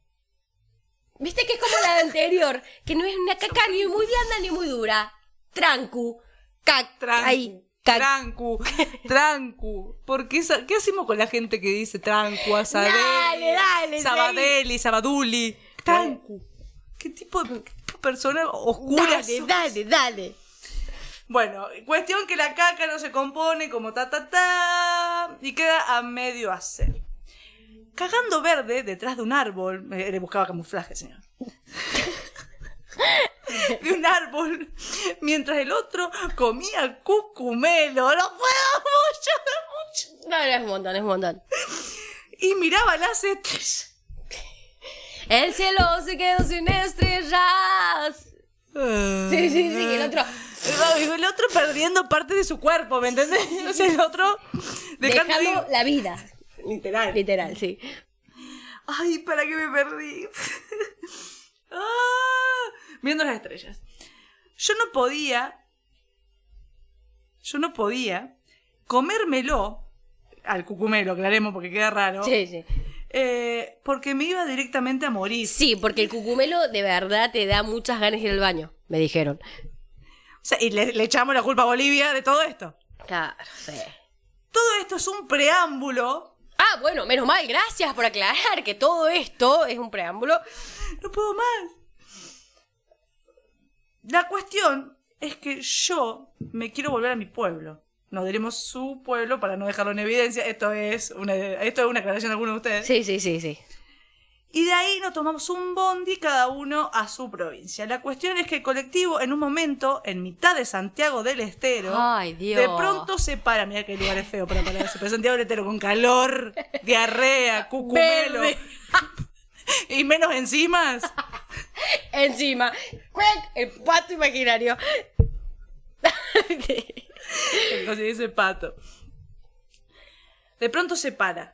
Viste que es como la de anterior, que no es una caca ni muy blanda ni muy dura. Trancu. Cac.
Trancu.
Ay, cac.
Trancu, trancu. Porque esa- ¿qué hacemos con la gente que dice trancu, asadeli,
Dale, dale,
sabadeli, sabaduli? Trancu. ¿Qué tipo de, qué tipo de persona oscura
Dale,
sos?
dale, dale.
Bueno, cuestión que la caca no se compone como ta ta ta y queda a medio hacer. Cagando verde detrás de un árbol, me- le buscaba camuflaje, señor. [laughs] De un árbol, mientras el otro comía cucumelo, no puedo mucho, no
No, no, es un montón, es un montón.
mucho. Y miraba las estrellas.
El cielo se quedó sin estrellas. Sí, sí, sí, que el otro.
Y El otro perdiendo parte de su cuerpo, ¿me
[laughs]
entendés? O sea, el otro dejando,
Dejando la vida.
literal.
Literal, sí.
Ay, para que me perdí. [laughs] Ah, viendo las estrellas. Yo no podía. Yo no podía comérmelo. Al cucumelo, aclaremos porque queda raro.
Sí, sí.
eh, porque me iba directamente a morir.
Sí, porque el cucumelo de verdad te da muchas ganas de ir al baño, me dijeron.
O sea, y le, le echamos la culpa a Bolivia de todo esto.
Claro, sí.
Todo esto es un preámbulo.
Ah, bueno, menos mal, gracias por aclarar que todo esto es un preámbulo.
No puedo más. La cuestión es que yo me quiero volver a mi pueblo. Nos diremos su pueblo para no dejarlo en evidencia. Esto es una, esto es una aclaración de alguno de ustedes.
Sí, sí, sí, sí.
Y de ahí nos tomamos un bondi cada uno a su provincia. La cuestión es que el colectivo, en un momento, en mitad de Santiago del Estero,
Ay, Dios.
de pronto se para. Mira qué lugar es feo para pararse. Pero Santiago del Estero con calor, diarrea, cucumelo.
Verde.
[laughs] y menos enzimas.
Encima, ¡cuec! el pato
[laughs]
imaginario.
[laughs] Así dice pato. De pronto se para.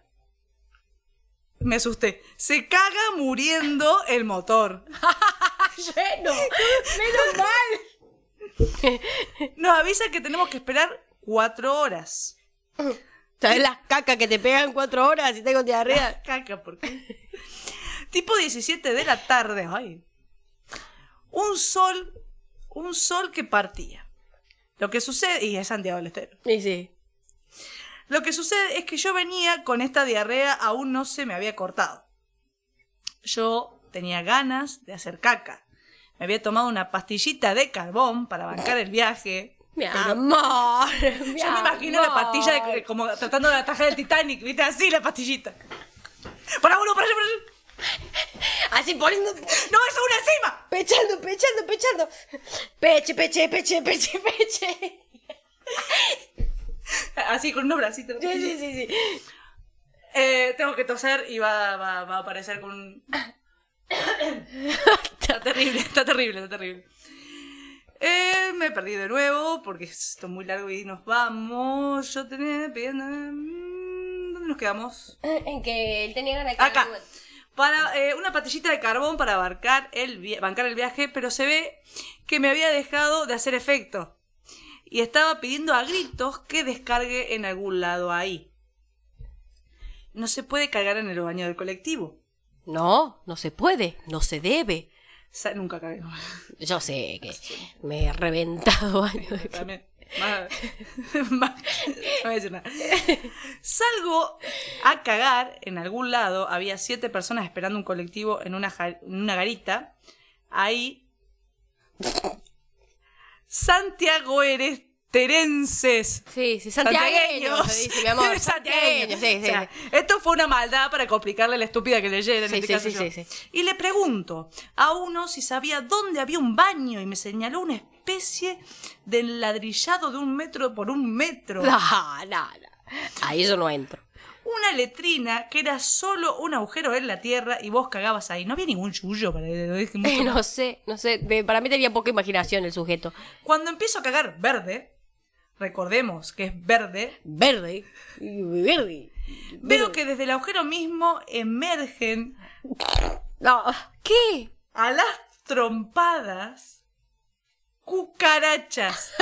Me asusté. Se caga muriendo el motor.
Lleno, menos mal.
Nos avisa que tenemos que esperar cuatro horas.
¿Sabes las cacas que te pegan cuatro horas y tengo diarrea?
Caca, ¿por qué? Tipo 17 de la tarde. Ay. Un sol, un sol que partía. Lo que sucede, y es Santiago del Estero.
Y sí.
Lo que sucede es que yo venía con esta diarrea, aún no se me había cortado. Yo tenía ganas de hacer caca. Me había tomado una pastillita de carbón para bancar el viaje.
Mi
Pero
amor. mi
yo me imagino la
amor.
pastilla de- de- como tratando de atajar el Titanic, ¿viste? Así la pastillita. Para uno, para allá, para allá.
Así poniendo.
¡No, es una encima!
Pechando, pechando, pechando. Peche, peche, peche, peche, peche.
Así, con unos bracitos.
Sí, sí, sí, sí.
Eh, tengo que toser y va, va- va a aparecer con un... está terrible, está terrible, está terrible. Eh, me perdí de nuevo porque esto es muy largo y nos vamos. Yo tenía pidiendo... mm, ¿Dónde nos quedamos?
En que él tenía ganas de
Acá.
cagar.
Para eh, una pastillita de carbón para abarcar el vi- bancar el viaje, pero se ve que me había dejado de hacer efecto. Y estaba pidiendo a gritos que descargue en algún lado ahí. No se puede cargar en el baño del colectivo.
No, no se puede, no se debe.
Sa- nunca cargué. no.
Yo sé que me he reventado [laughs] años.
También. Más- más- no voy a decir nada. Salgo a cagar en algún lado. Había siete personas esperando un colectivo en una, ja- en una garita. Ahí. Santiago eres terenses.
Sí, sí, santiagueño, se dice, mi amor. [laughs]
[laughs]
Santiagueño, sí, sí.
O sea, esto fue una maldad para complicarle a la estúpida que leyera. en
Sí,
este
sí,
caso
sí,
yo.
sí,
Y le pregunto a uno si sabía dónde había un baño y me señaló una especie de ladrillado de un metro por un metro.
No, no, no. Ahí yo no entro.
Una letrina que era solo un agujero en la tierra y vos cagabas ahí. No había ningún yuyo para
[laughs] No sé, no sé. de- para mí tenía poca imaginación el sujeto.
Cuando empiezo a cagar verde, recordemos que es verde,
Verde. Verde.
Veo que desde el agujero mismo emergen
No. ¿Qué?
a las trompadas cucarachas.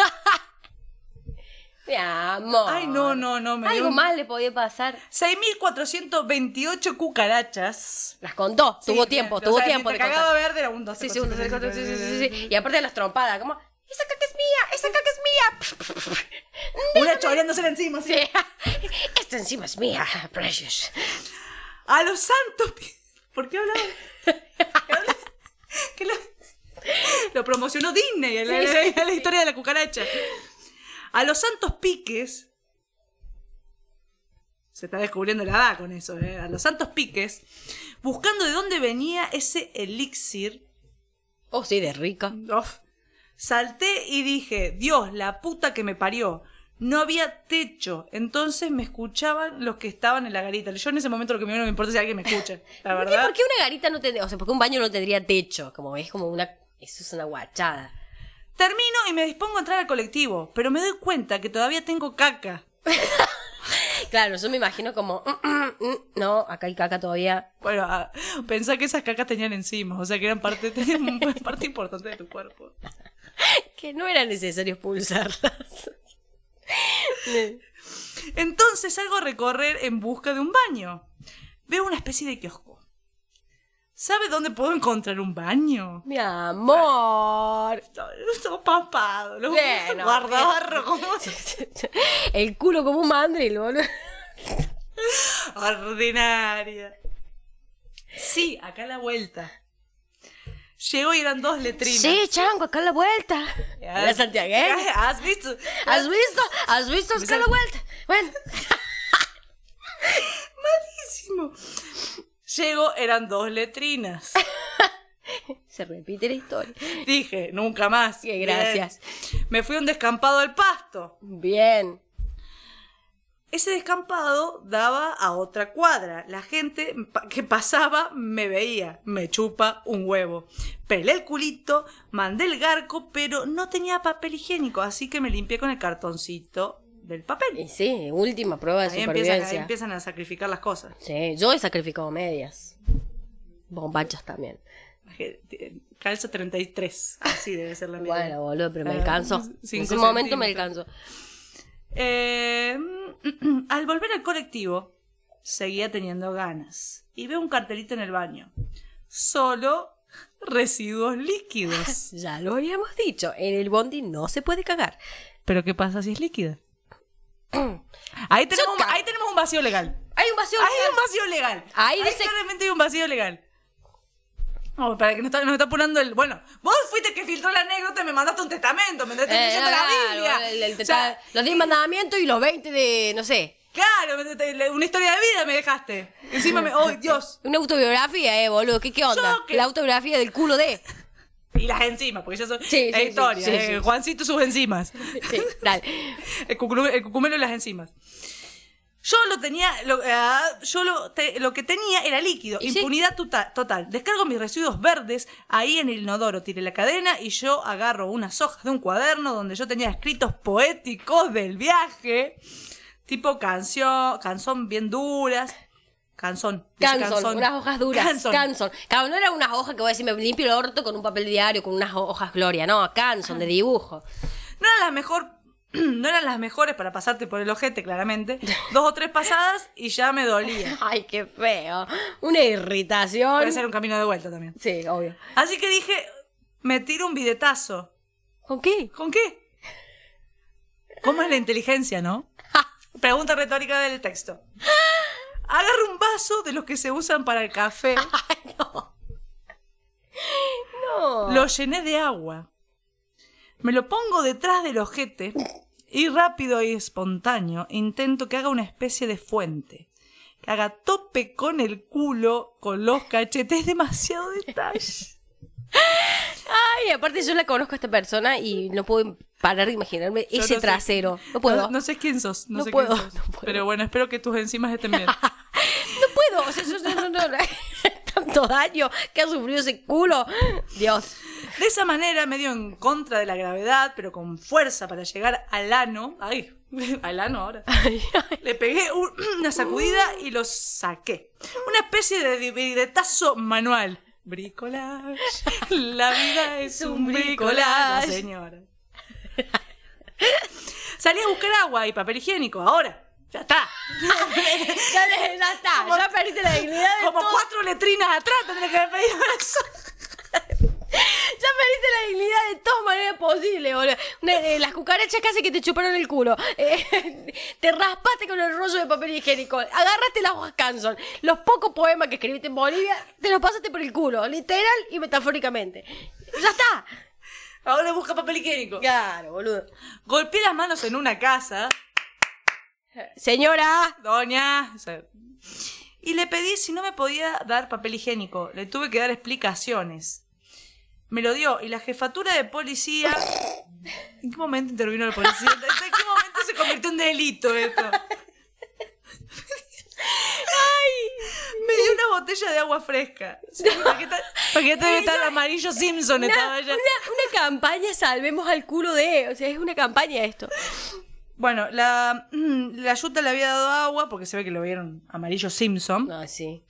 Mi amor.
Ay, no, no, no, me dio
Algo
un-
mal le podía pasar.
6.428 cucarachas.
Las contó. tuvo
Sí,
tiempo,
o
tuvo
sea,
tiempo. de
mientras
contar.
cagaba verde era un dos,
Sí,
tres,
sí, un,
cuatro,
dos, tres,
cinco,
cuatro, sí,
seis,
sí, sí,
siete,
sí. Y aparte las trompadas, como, esa caca es mía, esa caca es mía. [laughs]
ocho. Una choreándosela encima. así.
Sí. Esta encima es mía, precious.
A los santos. [laughs] pi- ¿Por qué hablaba? Que lo, lo promocionó Disney, la, la- la- la historia de la cucaracha. A los santos piques. Se está descubriendo la edad con eso, ¿eh? A los santos piques. Buscando de dónde venía ese elixir.
Oh, sí, de rica.
Uf. Salté y dije, Dios, la puta que me parió. No había techo. Entonces me escuchaban los que estaban en la garita. Yo en ese momento lo que me no me importa es si alguien
[laughs]
me escucha. La
¿Por qué,
verdad.
por qué una garita no tendría, o sea, por qué un baño no tendría techo? Como es como una, eso es una guachada.
Termino y me dispongo a entrar al colectivo, pero me doy cuenta que todavía tengo caca.
Claro, yo me imagino como, mm, mm, mm, no, acá hay caca todavía. [laughs]
Bueno, ah, pensá que esas cacas tenían enzimas, o sea que eran parte, [laughs] tenían parte importante de tu cuerpo.
Que no era necesario expulsarlas. [laughs]
Entonces salgo a recorrer en busca de un baño. Veo una especie de kiosco. ¿Sabe dónde puedo encontrar un baño?
Mi amor.
Todo, todo papado, los
Bueno,
guardabarro, como
[laughs] El culo como un mandril, boludo.
ordinaria. Sí, acá a la vuelta. Llegó y eran dos letrinas.
Sí, chango, acá a la vuelta.
Ya.
La santiagueña.
¿Has visto?
¿Has visto? ¿Has visto acá a la vuelta? Bueno,
Malísimo. Llego, eran
[laughs]
dos letrinas.
se repite la historia.
Dije, nunca más.
Qué gracias.
Bien. Me fui a un descampado al pasto.
Bien.
Ese descampado daba a otra cuadra. La gente pa- que pasaba me veía. Me chupa un huevo. Pelé el culito, mandé el garco, pero no tenía papel higiénico, así que me limpié con el cartoncito del papel.
Y sí, última prueba de
Ahí empiezan, ahí
supervivencia.
empiezan a sacrificar las cosas.
Sí, yo he sacrificado medias. Bombachas también.
eh, Calza 33. Así debe
[laughs]
ser la media.
Bueno, boludo, pero me
Ah,
alcanzó. En
cinco
ese momento me alcanzó.
centímetros. mm, [clears throat] Eh, al volver al colectivo, Seguía teniendo ganas. Y veo un cartelito en el baño. Solo [laughs]
[laughs]
residuos líquidos.
Ya lo habíamos dicho, en el bondi no se puede cagar.
Pero ¿qué pasa si
[clears throat]
es líquida? Ahí tenemos,
Yo ca-
ahí tenemos un vacío legal.
Hay un vacío.
Hay un vacío legal.
Ahí
Ahí,
dice-
claramente hay un vacío legal. No, para que nos está, nos está apurando el. Bueno, vos fuiste el que filtró la anécdota y me mandaste un testamento, me mandaste
Eh,
leyendo la
claro,
Biblia.
el- el-
O sea,
los 10 mandamientos y los 20 de, no sé,
claro, me- te- le- una historia de vida me dejaste. Encima me.
[laughs]
¡Oh, Dios!
una autobiografía, eh, boludo. ¿Qué, qué onda?
Yo que-
La autobiografía del culo de.
Y las enzimas, porque yo soy.
Sí, sí, sí,
historia.
sí,
eh,
sí.
Juancito y sus
[laughs]
enzimas.
Sí, dale.
El, cuculu- el cucumelo y las enzimas. Yo lo tenía, lo, ah, yo lo, te- lo que tenía era líquido,
¿Y sí?
impunidad tuta- total. Descargo mis residuos verdes ahí en el inodoro, tiré la cadena y yo agarro unas hojas de un cuaderno donde yo tenía escritos poéticos del viaje, tipo canción, canción bien duras, canción, dice
Canson, unas hojas duras.
Canson.
Canson. Claro, no era unas hojas que voy a decir, me limpio el orto con un papel diario, con unas ho- hojas gloria. No, Canson, de
[laughs]
dibujo.
No eran las mejor, [clears throat] no eran las mejores para pasarte por el ojete,
[laughs]
claramente. Dos o tres pasadas y ya me dolía.
Ay, qué feo. Una irritación.
Puede ser un camino de vuelta también.
Sí, obvio.
Así que dije, me tiro un bidetazo.
¿Con qué?
¿Con qué? ¿Cómo es la inteligencia, no? Pregunta retórica del texto. Agarro un vaso de los que se usan para el café,
No.
lo llené de agua, me lo pongo detrás del ojete y rápido y espontáneo intento que haga una especie de fuente, que haga tope con el culo, con los cachetes, [laughs] demasiado detalle.
Ay, aparte yo la conozco a esta persona y no puedo parar de imaginarme
Yo
ese
no sé.
trasero. No puedo.
No,
No,
no sé quién sos. No,
No
sé
puedo,
quién sos.
no puedo.
Pero bueno, espero que tus enzimas
[laughs]
estén bien.
puedo. O sea, yo no, no, [laughs] no. Tanto daño que ha sufrido ese culo. Dios. [laughs]
De esa manera, medio en contra de la gravedad, pero con fuerza para llegar al ano. Ay, [laughs] al ano ahora. Le pegué un- [clears throat] una sacudida y lo saqué. Una especie de dividetazo manual. Bricolage.
[laughs]
La vida es un bricolage.
bricolage.
señora. Salí a buscar agua y papel higiénico. Ahora. Ya está.
Ya, le- ya está.
Como-
ya perdiste la dignidad de
Como
todo.
cuatro letrinas atrás tendré que haber pedido eso.
Ya perdiste la dignidad de todas maneras posibles, boludo. Una- eh, las cucarachas casi que te chuparon el culo. Eh, [laughs] te raspaste con el rollo de papel higiénico. Agarraste las hojas Canson. Los pocos poemas que escribiste en Bolivia, te los pasaste por el culo, literal y metafóricamente. ¡Ya está!
Ahora busca papel higiénico.
Claro, boludo.
Golpeé las manos en una casa,
Señora,
doña. o sea, y le pedí si no me podía dar papel higiénico. Le tuve que dar explicaciones. Me lo dio. Y la jefatura de policía. ¿En qué momento intervino la policía? ¿En qué momento se convirtió en delito esto? Me dio una botella de agua fresca. Sí, ¿Para qué está- para qué debe estar amarillo Simpson?
una,
Estaba
una,
ya.
una campaña salvemos al culo de... O sea, es una campaña esto.
Bueno, la, [clears throat] la yuta le había dado agua porque se ve que lo vieron amarillo Simpson.
No, sí.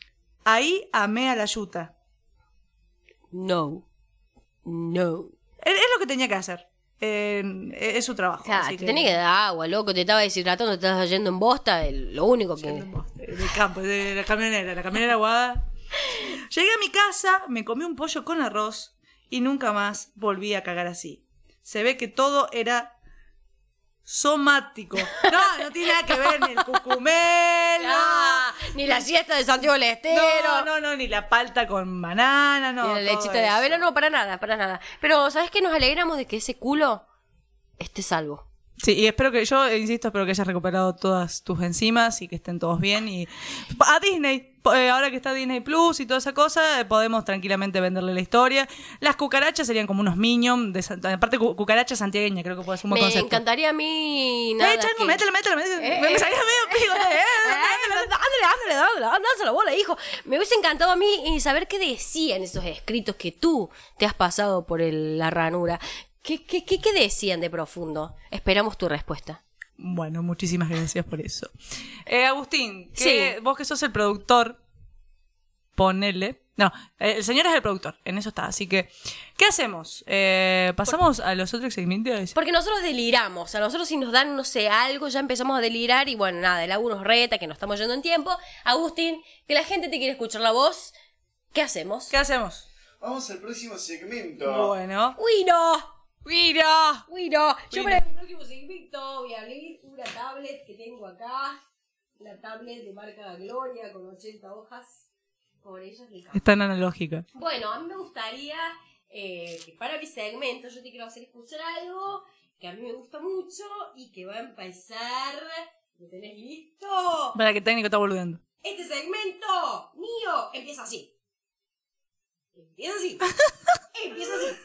Ahí amé a la yuta.
No. No.
Es, es lo que tenía que hacer. Eh, es es su trabajo.
O sea,
así
te tenés que dar agua, loco, te estaba deshidratando, te estabas yendo en bosta, el- lo único que... [laughs]
Del campo, de la camionera, la camionera aguada. Llegué a mi casa, me comí un pollo con arroz y nunca más volví a cagar así. Se ve que todo era
[laughs]
somático. No, no tiene nada que ver ni el cucumelo.
Ah, ni la siesta de Santiago del Estero,
No, no, no, ni la palta con banana, no.
ni la
todo
lechita de
eso.
avena, no, para nada, para nada. Pero, ¿sabes qué? Nos alegramos de que ese culo esté salvo.
Sí, y espero que, yo eh, insisto, espero que hayas recuperado todas tus enzimas y que estén todos bien. Y a Disney, po- eh, ahora que está Disney Plus y toda esa cosa, eh, podemos tranquilamente venderle la historia. Las cucarachas serían como unos minions, de, Santa- aparte cu- cucaracha santiagueña, creo que puede ser un
Me
buen concepto.
encantaría a mí nada
Eh, chango,
que- [laughs]
métele, métele, métele.
Eh,
me,
eh.
me salía medio pico. eh, eh,
[laughs] Ay,
métele, métele.
Ándale, ándale, ándale, ándale, la bola, hijo. Me hubiese encantado a mí eh, saber qué decían esos escritos que tú te has pasado por el- la ranura. ¿Qué, qué, qué, ¿Qué decían de profundo? Esperamos tu respuesta.
Bueno, muchísimas gracias por eso. Eh, Agustín,
Sí.
que vos que sos el productor, ponele. No, eh, el señor es el productor, en eso está. Así que, ¿qué hacemos? Eh, ¿Pasamos a los otros segmentos?
Porque nosotros deliramos, a nosotros si nos dan, no sé, algo, ya empezamos a delirar y bueno, nada, el Agus nos reta, que nos estamos yendo en tiempo. Agustín, que la gente te quiere escuchar la voz, ¿qué hacemos?
¿Qué hacemos?
Vamos al próximo segmento.
Bueno.
¡Uy, no!
¡Mira!
¡Uy, no! Yo
Uy,
para mi próximo segmento voy a abrir una tablet que tengo acá, la tablet de marca Gloria con 80 hojas, por ellas le
Es tan analógica.
Bueno, a mí me gustaría eh, que para mi segmento yo te quiero hacer escuchar algo que a mí me gusta mucho y que va a empezar. ¿Lo tenés listo?
Para que el técnico está boludeando.
Este segmento mío empieza así. Empieza así. Empieza así.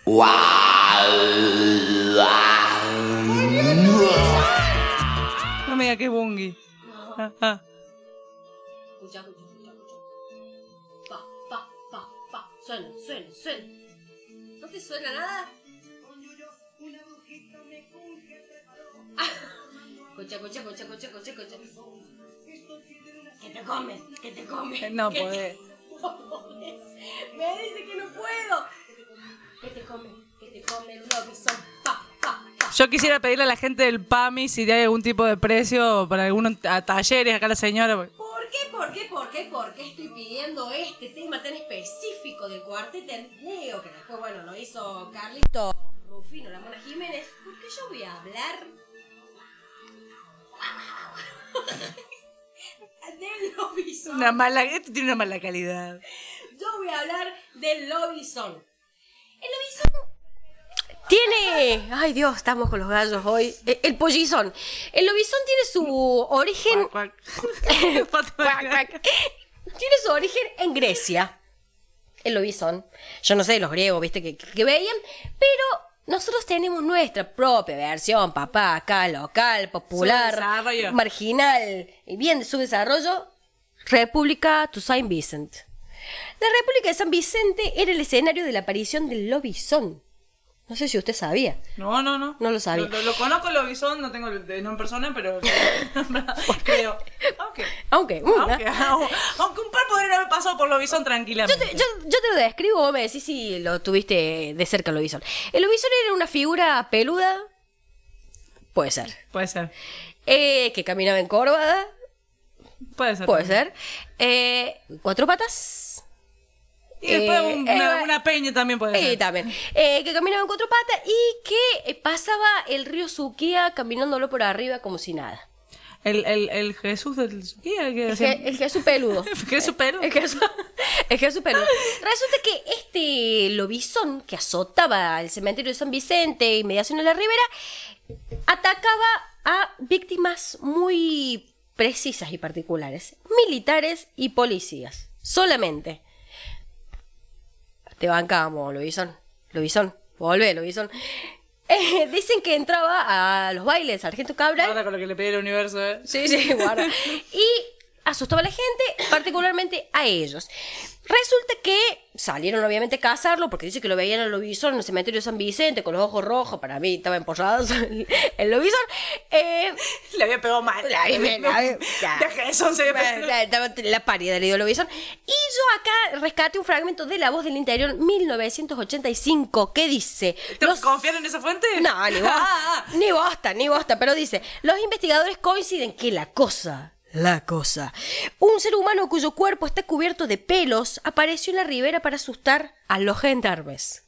No me diga que es Bungie. Ah, ah.
Escucha, escucha, escucha, escucha. Pa, pa, pa, pa. Suena, suena, suena. ¿No te suena nada? Cocha, cocha, cocha, cocha, cocha, cocha. Que te comes, que te comes.
Eh, No
que te
podés.
comes. [laughs] Me dice que no puedo. Que te come, que te come el Robinson. Pa, pa, pa.
Yo quisiera pedirle a la gente del PAMI si hay algún tipo de precio para algunos a talleres acá la señora. porque-
¿Por qué, por qué, por qué, por qué estoy pidiendo este tema tan específico del cuarteto en Leo? Que después, bueno, lo hizo Carlito Rufino, la Mona Jiménez. ¿Por qué yo voy a hablar [laughs] del Lobison?
Una mala, esto tiene una mala calidad.
Yo voy a hablar del Lobison. El Lobison tiene. Ay Dios, estamos con los gallos hoy. Eh, El pollizón. El Lobison tiene su origen.
Cuac.
[laughs] Cuac, cuac. Tiene su origen en Grecia. El lobizón. Yo no sé, los griegos, viste, que, que veían. Pero nosotros tenemos nuestra propia versión, papá, acá, local, popular,
Subdesarrollo.
marginal, y bien de su desarrollo. República to Saint Vincent. La República de San Vicente era el escenario de la aparición del lobizón. No sé si usted sabía.
No, no, no.
No lo sabía.
Lo, lo- lo conozco lo visón, no tengo el- no en persona,
[laughs]
pero creo. Ah, Aunque,
Aunque, mm,
aunque, aunque un par podría haber pasado por Lobizón
Yo
tranquilamente.
te, yo, yo te lo describo, vos me decís si lo tuviste de cerca el lobizón. El lobizón era una figura peluda, puede ser,
Puede ser.
eh, que caminaba encorvada,
Puede ser.
puede ser, eh, cuatro patas,
Y después
Eh,
un-
eh,
una,
va-
una peña también puede
eh,
ser.
también, eh, que caminaba en cuatro patas y que eh, pasaba el río Suquía caminándolo por arriba como si nada.
El, el, el Jesús del. ¿qué? El que
El,
hacía-
Je- el Jesús
[laughs]
peludo.
Jesús Perú.
Es que eso- [laughs] es que eso es peludo. Resulta que este lobizón que azotaba el cementerio de San Vicente y mediación a la ribera, atacaba a víctimas muy precisas y particulares, militares y policías, solamente. Te bancamos, lobizón, lobizón, volvé, lobizón. [laughs] Eh, dicen que entraba a los bailes, Sargento Cabral,
Ahora con lo que le pedí al universo, ¿eh?
Sí, sí, [laughs] guarda. Y asustaba a la gente, particularmente a ellos. Resulta que salieron obviamente a cazarlo porque dice que lo veían al lobizón en el cementerio de San Vicente con los ojos rojos. Para mí estaba empollado [laughs] el, el lobizón. Eh,
Le había pegado mal.
La había [laughs] pegado- ya.
De Jesús se había pegado.
la, la, la parida del ídolo Bison. Y yo acá rescaté un fragmento de La Voz del Interior 1985 que dice...
¿Te
"Los-
confían en esa fuente?
no, ni
Ah,
bosta, ni bosta, ni bosta, pero dice, los investigadores coinciden que la cosa, la cosa, un ser humano cuyo cuerpo está cubierto de pelos apareció en la ribera para asustar a los gendarmes.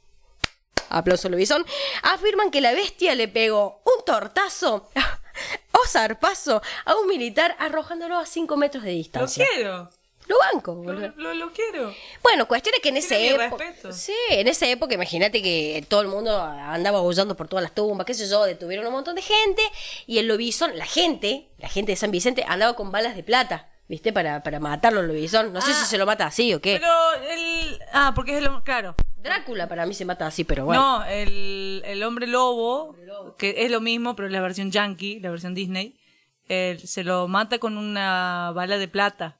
Aplauso Lobizón. Afirman que la bestia le pegó un tortazo [laughs] o zarpazo a un militar arrojándolo a 5 metros de
Lo
distancia.
quiero.
Lo banco, boludo.
Lo, lo- lo quiero.
Bueno, cuestión es que en esa
Tiene mi
época.
respeto.
Sí, en esa época, imagínate que todo el mundo andaba bollando por todas las tumbas, qué sé yo, detuvieron un montón de gente y el lobizón, la gente, la gente de San Vicente, andaba con balas de plata, ¿viste? Para, para matarlo al lobizón. No sé si se lo mata así o qué.
Ah. Pero el. Ah, porque es el. Claro.
Drácula para mí se mata así, pero bueno.
No, el, el hombre lobo, que es lo mismo, pero es la versión yankee, la versión Disney, eh, se lo mata con una bala de plata.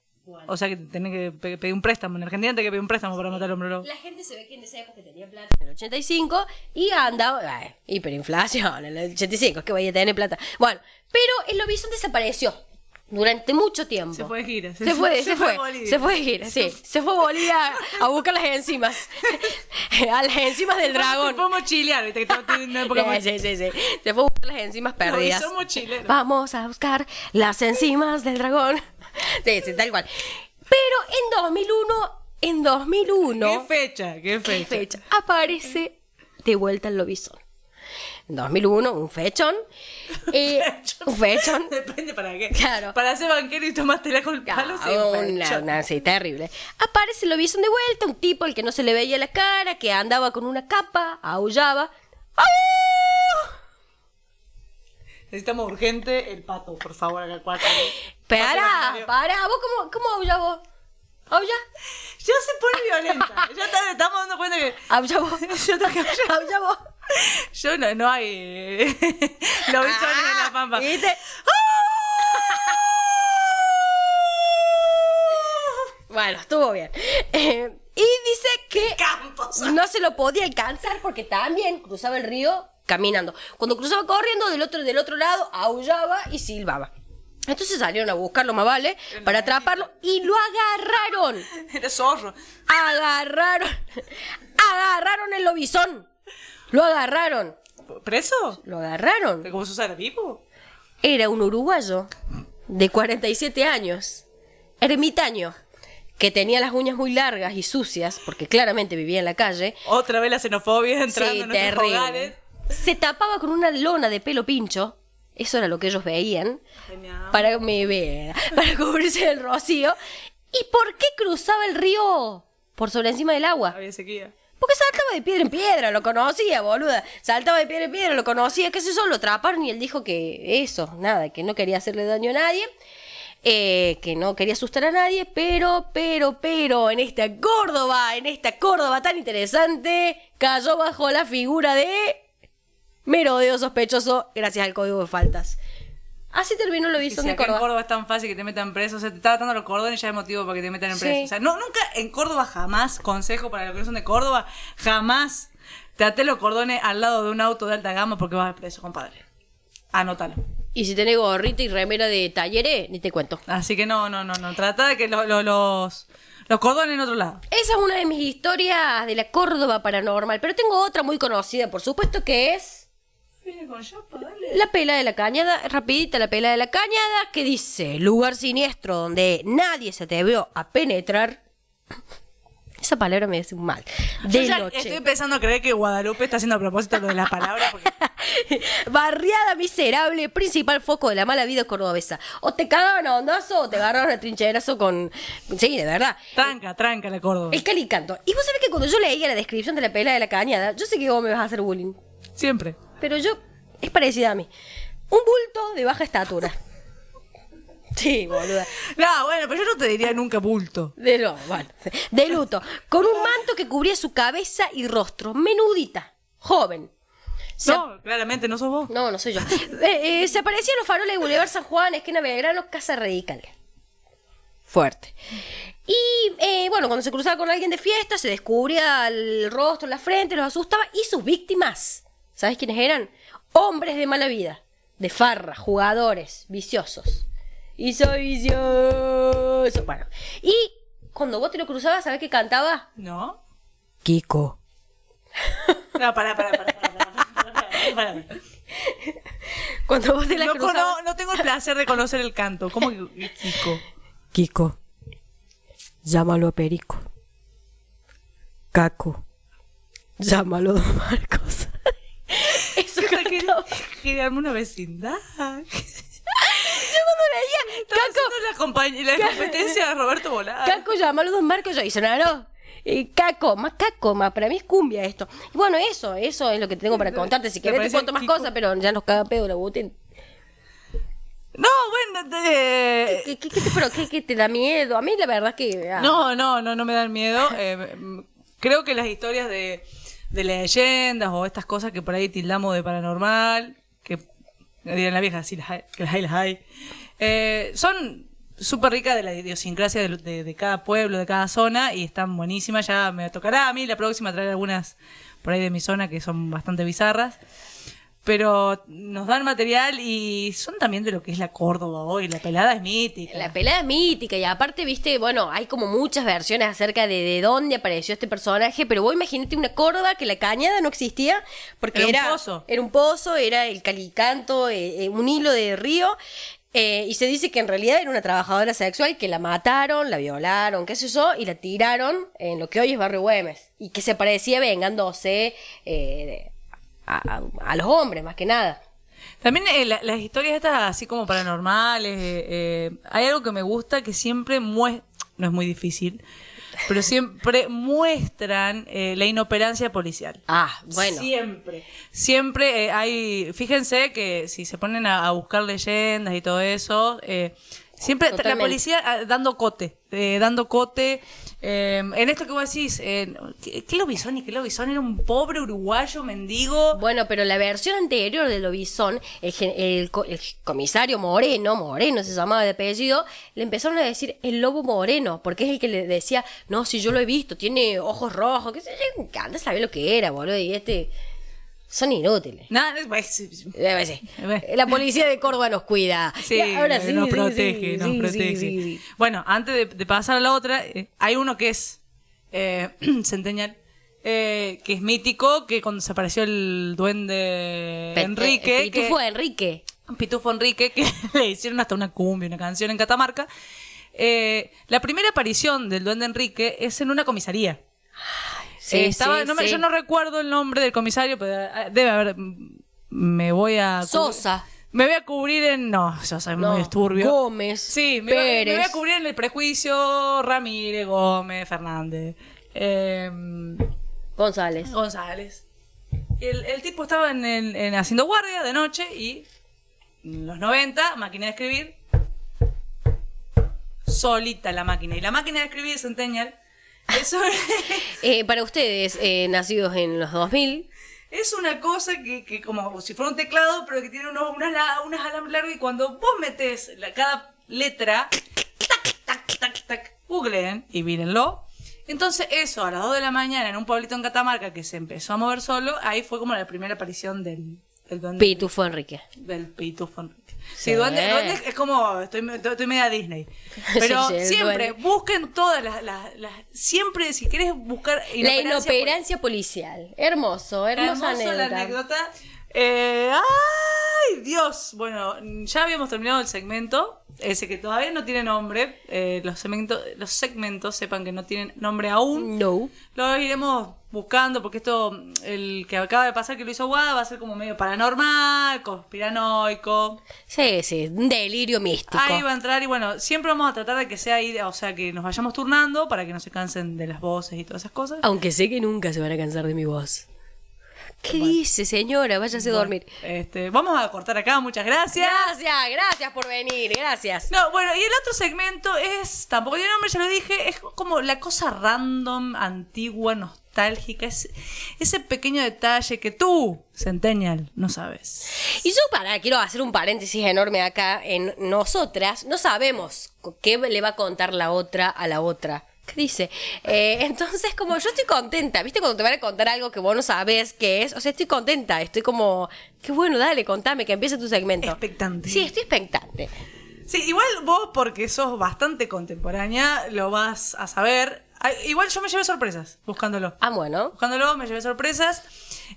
O sea que tenés que pe- pedir un préstamo. En Argentina tenés que pedir un préstamo para matar al hombre lobo.
La gente se ve que en esa época tenía plata en el 85 y andaba. ay, hiperinflación en el 85, que vaya a tener plata. Bueno, pero el lobizón desapareció. Durante mucho tiempo.
Se fue de gira.
Se fue, se, fue,
a Bolivia.
se fue de gira, sí. Se fue a Bolivia a buscar las enzimas. [laughs] a las enzimas del dragón.
Fue mochilear, viste que estamos teniendo una época muy-
Sí, sí, sí, sí. Se fue a buscar las enzimas perdidas.
hizo mochilero.
Vamos a buscar las enzimas del dragón. Sí, sí, tal cual. Pero en 2001, en 2001,
¿Qué fecha? ¿Qué fecha?
¿qué fecha? Aparece de vuelta el lobizón. En 2001, un [laughs] fechón. eh, un fechón.
[laughs] Depende para qué.
Claro.
Para ser banquero y tomártela con el palo. sí,
Ah,
para el
una-
chon.
una- sí, terrible. Aparece, lo vieron de vuelta, un tipo al que no se le veía la cara, que andaba con una capa, aullaba.
Necesitamos urgente el pato, por favor, acá cuatro.
Pará, pará, vos cómo, cómo aullá vos? ¿Aullá?
Ya se pone violenta. Ya está- estamos dando cuenta que. [laughs]
¿Aullá vos?
Yo, tengo que-
¿Aullá vos?
yo no, no hay. eh, [laughs] Lo vi en
Ah,
la pampa.
¿Viste? Bueno, estuvo bien. Eh, y dice que
Campos.
no se lo podía alcanzar porque también cruzaba el río caminando. Cuando cruzaba corriendo, del otro, del otro lado aullaba y silbaba. Entonces salieron a buscarlo, más vale, para atraparlo y lo agarraron.
Era zorro.
Agarraron. [laughs] Agarraron el lobizón. Lo agarraron.
¿Preso?
Lo agarraron.
¿Pero ¿Cómo Susana vivo?
Era un uruguayo de 47 años, ermitaño, que tenía las uñas muy largas y sucias, porque claramente vivía en la calle,
Otra vez la xenofobia entrando
Sí,
en nuestros
terrible.
hogares.
Se tapaba con una lona de pelo pincho. Eso era lo que ellos veían.
Ah.
Para, me vea, para cubrirse del rocío. ¿Y por qué cruzaba el río por sobre encima del agua?
Había sequía.
Porque saltaba de piedra en piedra, lo conocía, boluda. Saltaba de piedra en piedra, lo conocía, qué sé yo, lo atraparon y él dijo que eso, nada, que no quería hacerle daño a nadie, eh, que no quería asustar a nadie, pero, pero, pero, en esta Córdoba, en esta Córdoba tan interesante, cayó bajo la figura de merodeo sospechoso gracias al código de faltas. Así terminó lo visto
si
de
acá en
Córdoba.
Córdoba es tan fácil que te metan preso, o sea, te está atando los cordones y ya es motivo para que te metan en
Sí.
preso. O sea, no, nunca en Córdoba jamás, consejo para los que no son de Córdoba, jamás te até los cordones al lado de un auto de alta gama porque vas preso, compadre. Anótalo.
Y si tenés gorrita y remera de talleres, ni te cuento.
Así que no, no, no, no. Trata de que lo- lo- los, los cordones en otro lado.
Esa es una de mis historias de la Córdoba paranormal, pero tengo otra muy conocida, por supuesto, que es la pela de la cañada, rapidita la pela de la cañada, que dice, lugar siniestro donde nadie se te vio a penetrar. Esa palabra me hace un mal.
Yo
De
ya
noche.
estoy empezando a creer que Guadalupe está haciendo a propósito lo de las palabras porque
[laughs] Barriada miserable, principal foco de la mala vida cordobesa. O te cagaban a ondazo o te agarraron a trincherazo con... Sí, de verdad.
tranca, tranca la Córdoba.
El calicanto. Y vos sabés que cuando yo leía la descripción de la pela de la cañada, yo sé que vos me vas a hacer bullying.
Siempre.
Pero yo, es parecida a mí. Un bulto de baja estatura. [laughs] Sí, boluda.
No, bueno, pero yo no te diría nunca bulto.
De, lo- bueno, de luto. Con un manto que cubría su cabeza y rostro. Menudita. Joven. Se-
No, claramente no sos vos.
No, no soy yo. [laughs] Eh, eh, se aparecía en los faroles de Boulevard San Juan, esquina Belgrano, Casa Radical. Fuerte. Y eh, bueno, cuando se cruzaba con alguien de fiesta, se descubría el rostro, la frente, los asustaba. Y sus víctimas, ¿sabes quiénes eran? Hombres de mala vida, de farra, jugadores, viciosos. Y soy vicioso. Bueno, y cuando vos te lo cruzabas, ¿sabes qué cantaba?
No.
Kiko.
No, pará, pará, pará, pará, pará, pará, pará, pará. [laughs]
Cuando vos te la
No,
cruzabas.
cono- no tengo el placer de conocer el canto. ¿Cómo [laughs] que Kiko?
Kiko, llámalo a Perico. Caco, llámalo a Don Marcos.
[laughs] Eso
¿Qué
cantaba.
quería- quería darme una vecindad.
Yo cuando leía, Caco,
Haciendo la, compañ- la competencia de Roberto Volada.
Caco llama a los dos marcos yo, y sonaron. eh, Caco, más caco, más para mí es cumbia esto. Y bueno, eso, eso es lo que tengo para contarte. Si
Me
querés te
parece
cuento más
Kiko.
cosas, pero ya nos caga pedo la botín.
No, bueno, te-
¿Qué, qué- qué te, pero qué, qué te da miedo? A mí la verdad que... ah,
no, no, no, no me dan miedo. [laughs] Eh, mm, creo que las historias de, de leyendas o estas cosas que por ahí tildamos de paranormal, que dirán la vieja, sí, las hay, que las hay, las hay, eh, son súper ricas de la idiosincrasia de, de- de cada pueblo, de cada zona y están buenísimas. Ya me tocará a mí la próxima traer algunas por ahí de mi zona que son bastante bizarras. Pero nos dan material y son también de lo que es la Córdoba hoy. La pelada es mítica.
La pelada es mítica y aparte, viste, bueno, hay como muchas versiones acerca de, de dónde apareció este personaje, pero vos imagínate una Córdoba que la cañada no existía porque
Era
era,
un pozo.
era un pozo, era el calicanto, eh, eh, un hilo de río. eh, y se dice que en realidad era una trabajadora sexual que la mataron, la violaron, qué sé yo, y la tiraron en lo que hoy es Barrio Güemes. Y que se parecía vengándose eh, a- a- a los hombres, más que nada.
También eh, la- las historias estas así como paranormales, eh, eh, hay algo que me gusta que siempre muestran, no es muy difícil, pero siempre muestran eh, la inoperancia policial.
Ah, bueno.
Siempre. Siempre eh, hay, fíjense que si se ponen a, a buscar leyendas y todo eso, eh, siempre está la
Totalmente.
policía ah, dando cote, eh, dando cote. eh, en esto que vos decís, eh, ¿qué, qué lobizón y qué lobizón? Era un pobre uruguayo mendigo.
Bueno, pero la versión anterior del Lobizón, el, gen- el co- el comisario Moreno, Moreno se llamaba de apellido, le empezaron a decir el lobo moreno, porque es el que le decía, no, si yo lo he visto, tiene ojos rojos, que se le encanta saber lo que era, boludo, y este... Son inútiles.
Nada, pues,
Eh, sí. La policía de Córdoba nos cuida. [laughs]
Sí, eh,
Y ahora sí,
nos
sí,
protege,
sí,
nos
sí, sí,
protege.
sí, sí.
Bueno, antes de, de pasar a la otra, eh, hay uno que es eh, [clears throat] Centennial, eh, que es mítico, que cuando se apareció el duende
Pe-
Enrique,
eh, Pitufo Enrique.
que, Pitufo Enrique, que [laughs] le hicieron hasta una cumbia, una canción en Catamarca, eh, la primera aparición del duende Enrique es en una comisaría.
Sí,
Eh, estaba-
sí,
no me-
sí.
Yo no recuerdo el nombre del comisario, pero eh, debe haber... mm, Me voy a... cubrir-
Sosa.
Me voy a cubrir en... No, Sosa es muy turbio.
Gómez.
Sí, me, iba- me
Pérez.
voy a cubrir en el prejuicio Ramírez, Gómez, Fernández, eh,
González.
González. El, el tipo estaba en, el- en haciendo guardia de noche y en los 90, máquina de escribir, solita la máquina. Y la máquina de escribir Centennial eso
Eh, para ustedes, eh, nacidos en los 2000,
es una cosa que, que como si fuera un teclado, pero que tiene unos, unas, la- unas alambres largos y cuando vos metes la- cada letra, tac, tac, tac, tac, googleen y mírenlo. Entonces eso, a las 2 de la mañana en un pueblito en Catamarca que se empezó a mover solo, ahí fue como la primera aparición del, del duende.
Pitufo Enrique.
Del pitufo. Sí, duende, duende es como, estoy, estoy
[laughs]
media Disney. Pero
Sí, sí, el
siempre,
duende.
busquen todas las, las, las- siempre si quieres buscar...
La
inoperancia,
inoperancia policial. Hermoso, hermosa
Hermoso la
anécdota.
anécdota. Eh, ¡Ay, Dios! Bueno, ya habíamos terminado el segmento. Ese que todavía no tiene nombre. Eh, los, segmentos los segmentos, sepan que no tienen nombre aún.
No.
Lo iremos buscando porque esto, el que acaba de pasar que lo hizo Guada, va a ser como medio paranormal, conspiranoico.
Sí, sí, un delirio místico.
Ahí va a entrar y bueno, siempre vamos a tratar de que sea ahí, o sea, que nos vayamos turnando para que no se cansen de las voces y todas esas cosas.
Aunque sé que nunca se van a cansar de mi voz. ¿Qué dice, señora? Váyase a dormir.
Este, vamos a cortar acá, muchas gracias.
Gracias, gracias por venir, gracias.
No, bueno, y el otro segmento es, tampoco tiene nombre, ya lo dije, es como la cosa random, antigua, nostálgica, es ese pequeño detalle que tú, Centennial, no sabes.
Y yo para, quiero hacer un paréntesis enorme acá. En nosotras no sabemos co- qué le va a contar la otra a la otra. ¿Qué dice? Eh, entonces, como yo estoy contenta, ¿viste? Cuando te van a contar algo que vos no sabes qué es, o sea, estoy contenta, estoy como, qué bueno, dale, contame, que empiece tu segmento.
Expectante.
Sí, estoy expectante.
Sí, igual vos, porque sos bastante contemporánea, lo vas a saber. Ah, Igual yo me llevé sorpresas buscándolo.
Ah, bueno.
Buscándolo, me llevé sorpresas.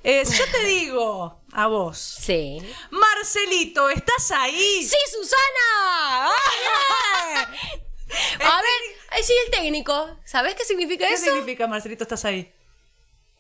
Eh, si yo [laughs] te digo a vos,
Sí.
Marcelito, ¿estás ahí?
¡Sí, Susana! ¡Ah! A ver, ahí sigue el técnico. ¿Sabés qué significa
¿Qué
eso?
significa Marcelito, estás ahí?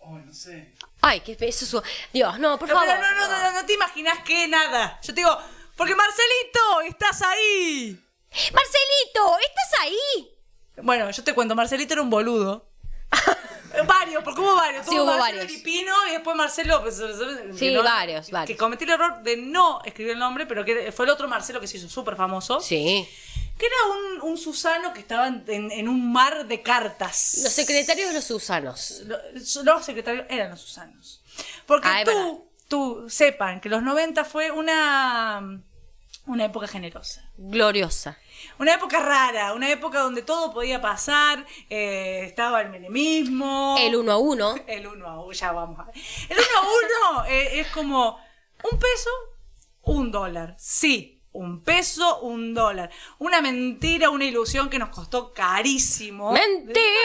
Oh, no sé.
Ay, qué peso. su- Dios, no, por
No,
favor.
pero no, no, no, no te imaginas que nada. Yo te digo, porque Marcelito, estás ahí.
Marcelito, ¿estás ahí?
Bueno, yo te cuento, Marcelito era un boludo.
[laughs]
Eh, varios, porque hubo varios.
Sí,
Hubo
hubo
Marcelo
varios.
Filipino y después Marcelo. pues, que
Sí, varios,
que- Que
varios.
cometí el error de no escribir el nombre, pero que fue el otro Marcelo que se hizo súper famoso.
Sí.
Que era un, un Susano que estaba en, en- en un mar de cartas.
Los secretarios de los Susanos.
Lo- los secretarios eran los Susanos. Porque
Ah, es verdad.
tú, tú sepan que los 90 fue una, una época generosa.
Gloriosa.
Una época rara, una época donde todo podía pasar, eh, estaba el
Oh.
menemismo.
El uno a uno.
El uno a uno, ya vamos a ver. El uno a uno [laughs] eh, es como, Un peso, un dólar. Sí, un peso, un dólar. Una mentira, una ilusión que nos costó
Oh.
carísimo.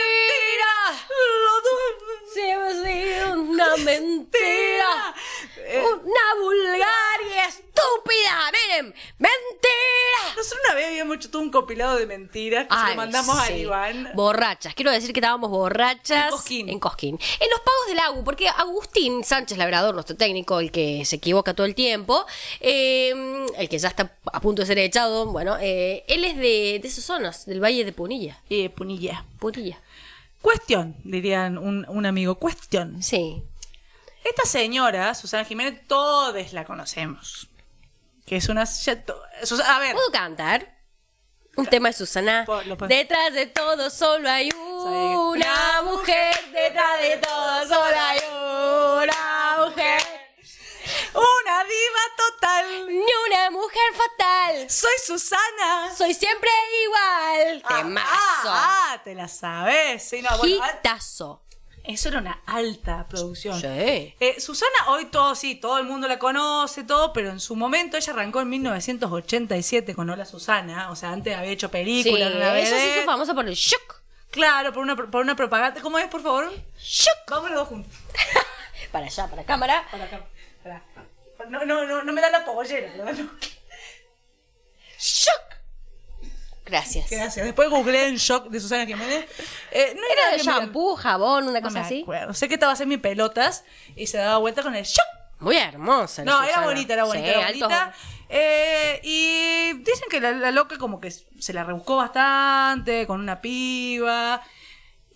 ¡Mentira!
Lo
Se va a hacer una mentira.
Eh,
Una vulgar y estúpida. Miren, mentira.
Nosotros una vez habíamos hecho todo un compilado de mentiras que se
Ay,
lo mandamos a
sí.
Iván.
Borrachas. Quiero decir que estábamos borrachas.
En Cosquín.
En Cosquín. En los pagos del AGU, porque Agustín Sánchez Labrador, nuestro técnico, el que se equivoca todo el tiempo, eh, el que ya está a punto de ser echado, bueno, eh, él es de, de esas zonas, del Valle de Punilla.
Eh, Punilla.
Punilla.
Cuestión, dirían un, un amigo, cuestión.
Sí.
Esta señora, Susana Jiménez, todos la conocemos. Que es una... ya to- Sus- A ver,
¿Puedo cantar? Un tema de Susana.
Po- lo puedes.
Detrás de todo solo hay una mujer. Detrás de todo solo hay una mujer.
una diva total.
Ni una mujer fatal.
Soy Susana.
Soy siempre igual.
Ah,
Temazo.
Ah, ah, te la sabes. Sí, no, bueno, ah,
Hitazo.
eso era una alta producción.
Sí.
Eh, Susana, hoy todo sí, todo el mundo la conoce, todo, pero en su momento ella arrancó en 1987 con Hola Susana, o sea, antes había hecho
Sí,
películas. una
ella se
vedette.
hizo famosa por el shock.
Claro, por una, por una propaganda. ¿Cómo es, por favor?
Shock.
Vamos los dos juntos.
Para allá, para cámara.
Para acá. para- No, no, no, no me da la pollera, ¿verdad? No.
Shock. Gracias.
Gracias. Después googleé en shock de Susana Jiménez. Eh, no
Era de
que me la-
shampoo, jabón, una
No me
cosa así.
acuerdo. Sé que estaba haciendo mis pelotas y se daba vuelta con el shock.
Muy hermosa. la
No, era
Susana.
bonita, era bonita,
Sí,
era
altos
bonita. Eh, y dicen que la, la loca como que se la rebuscó bastante con una piba.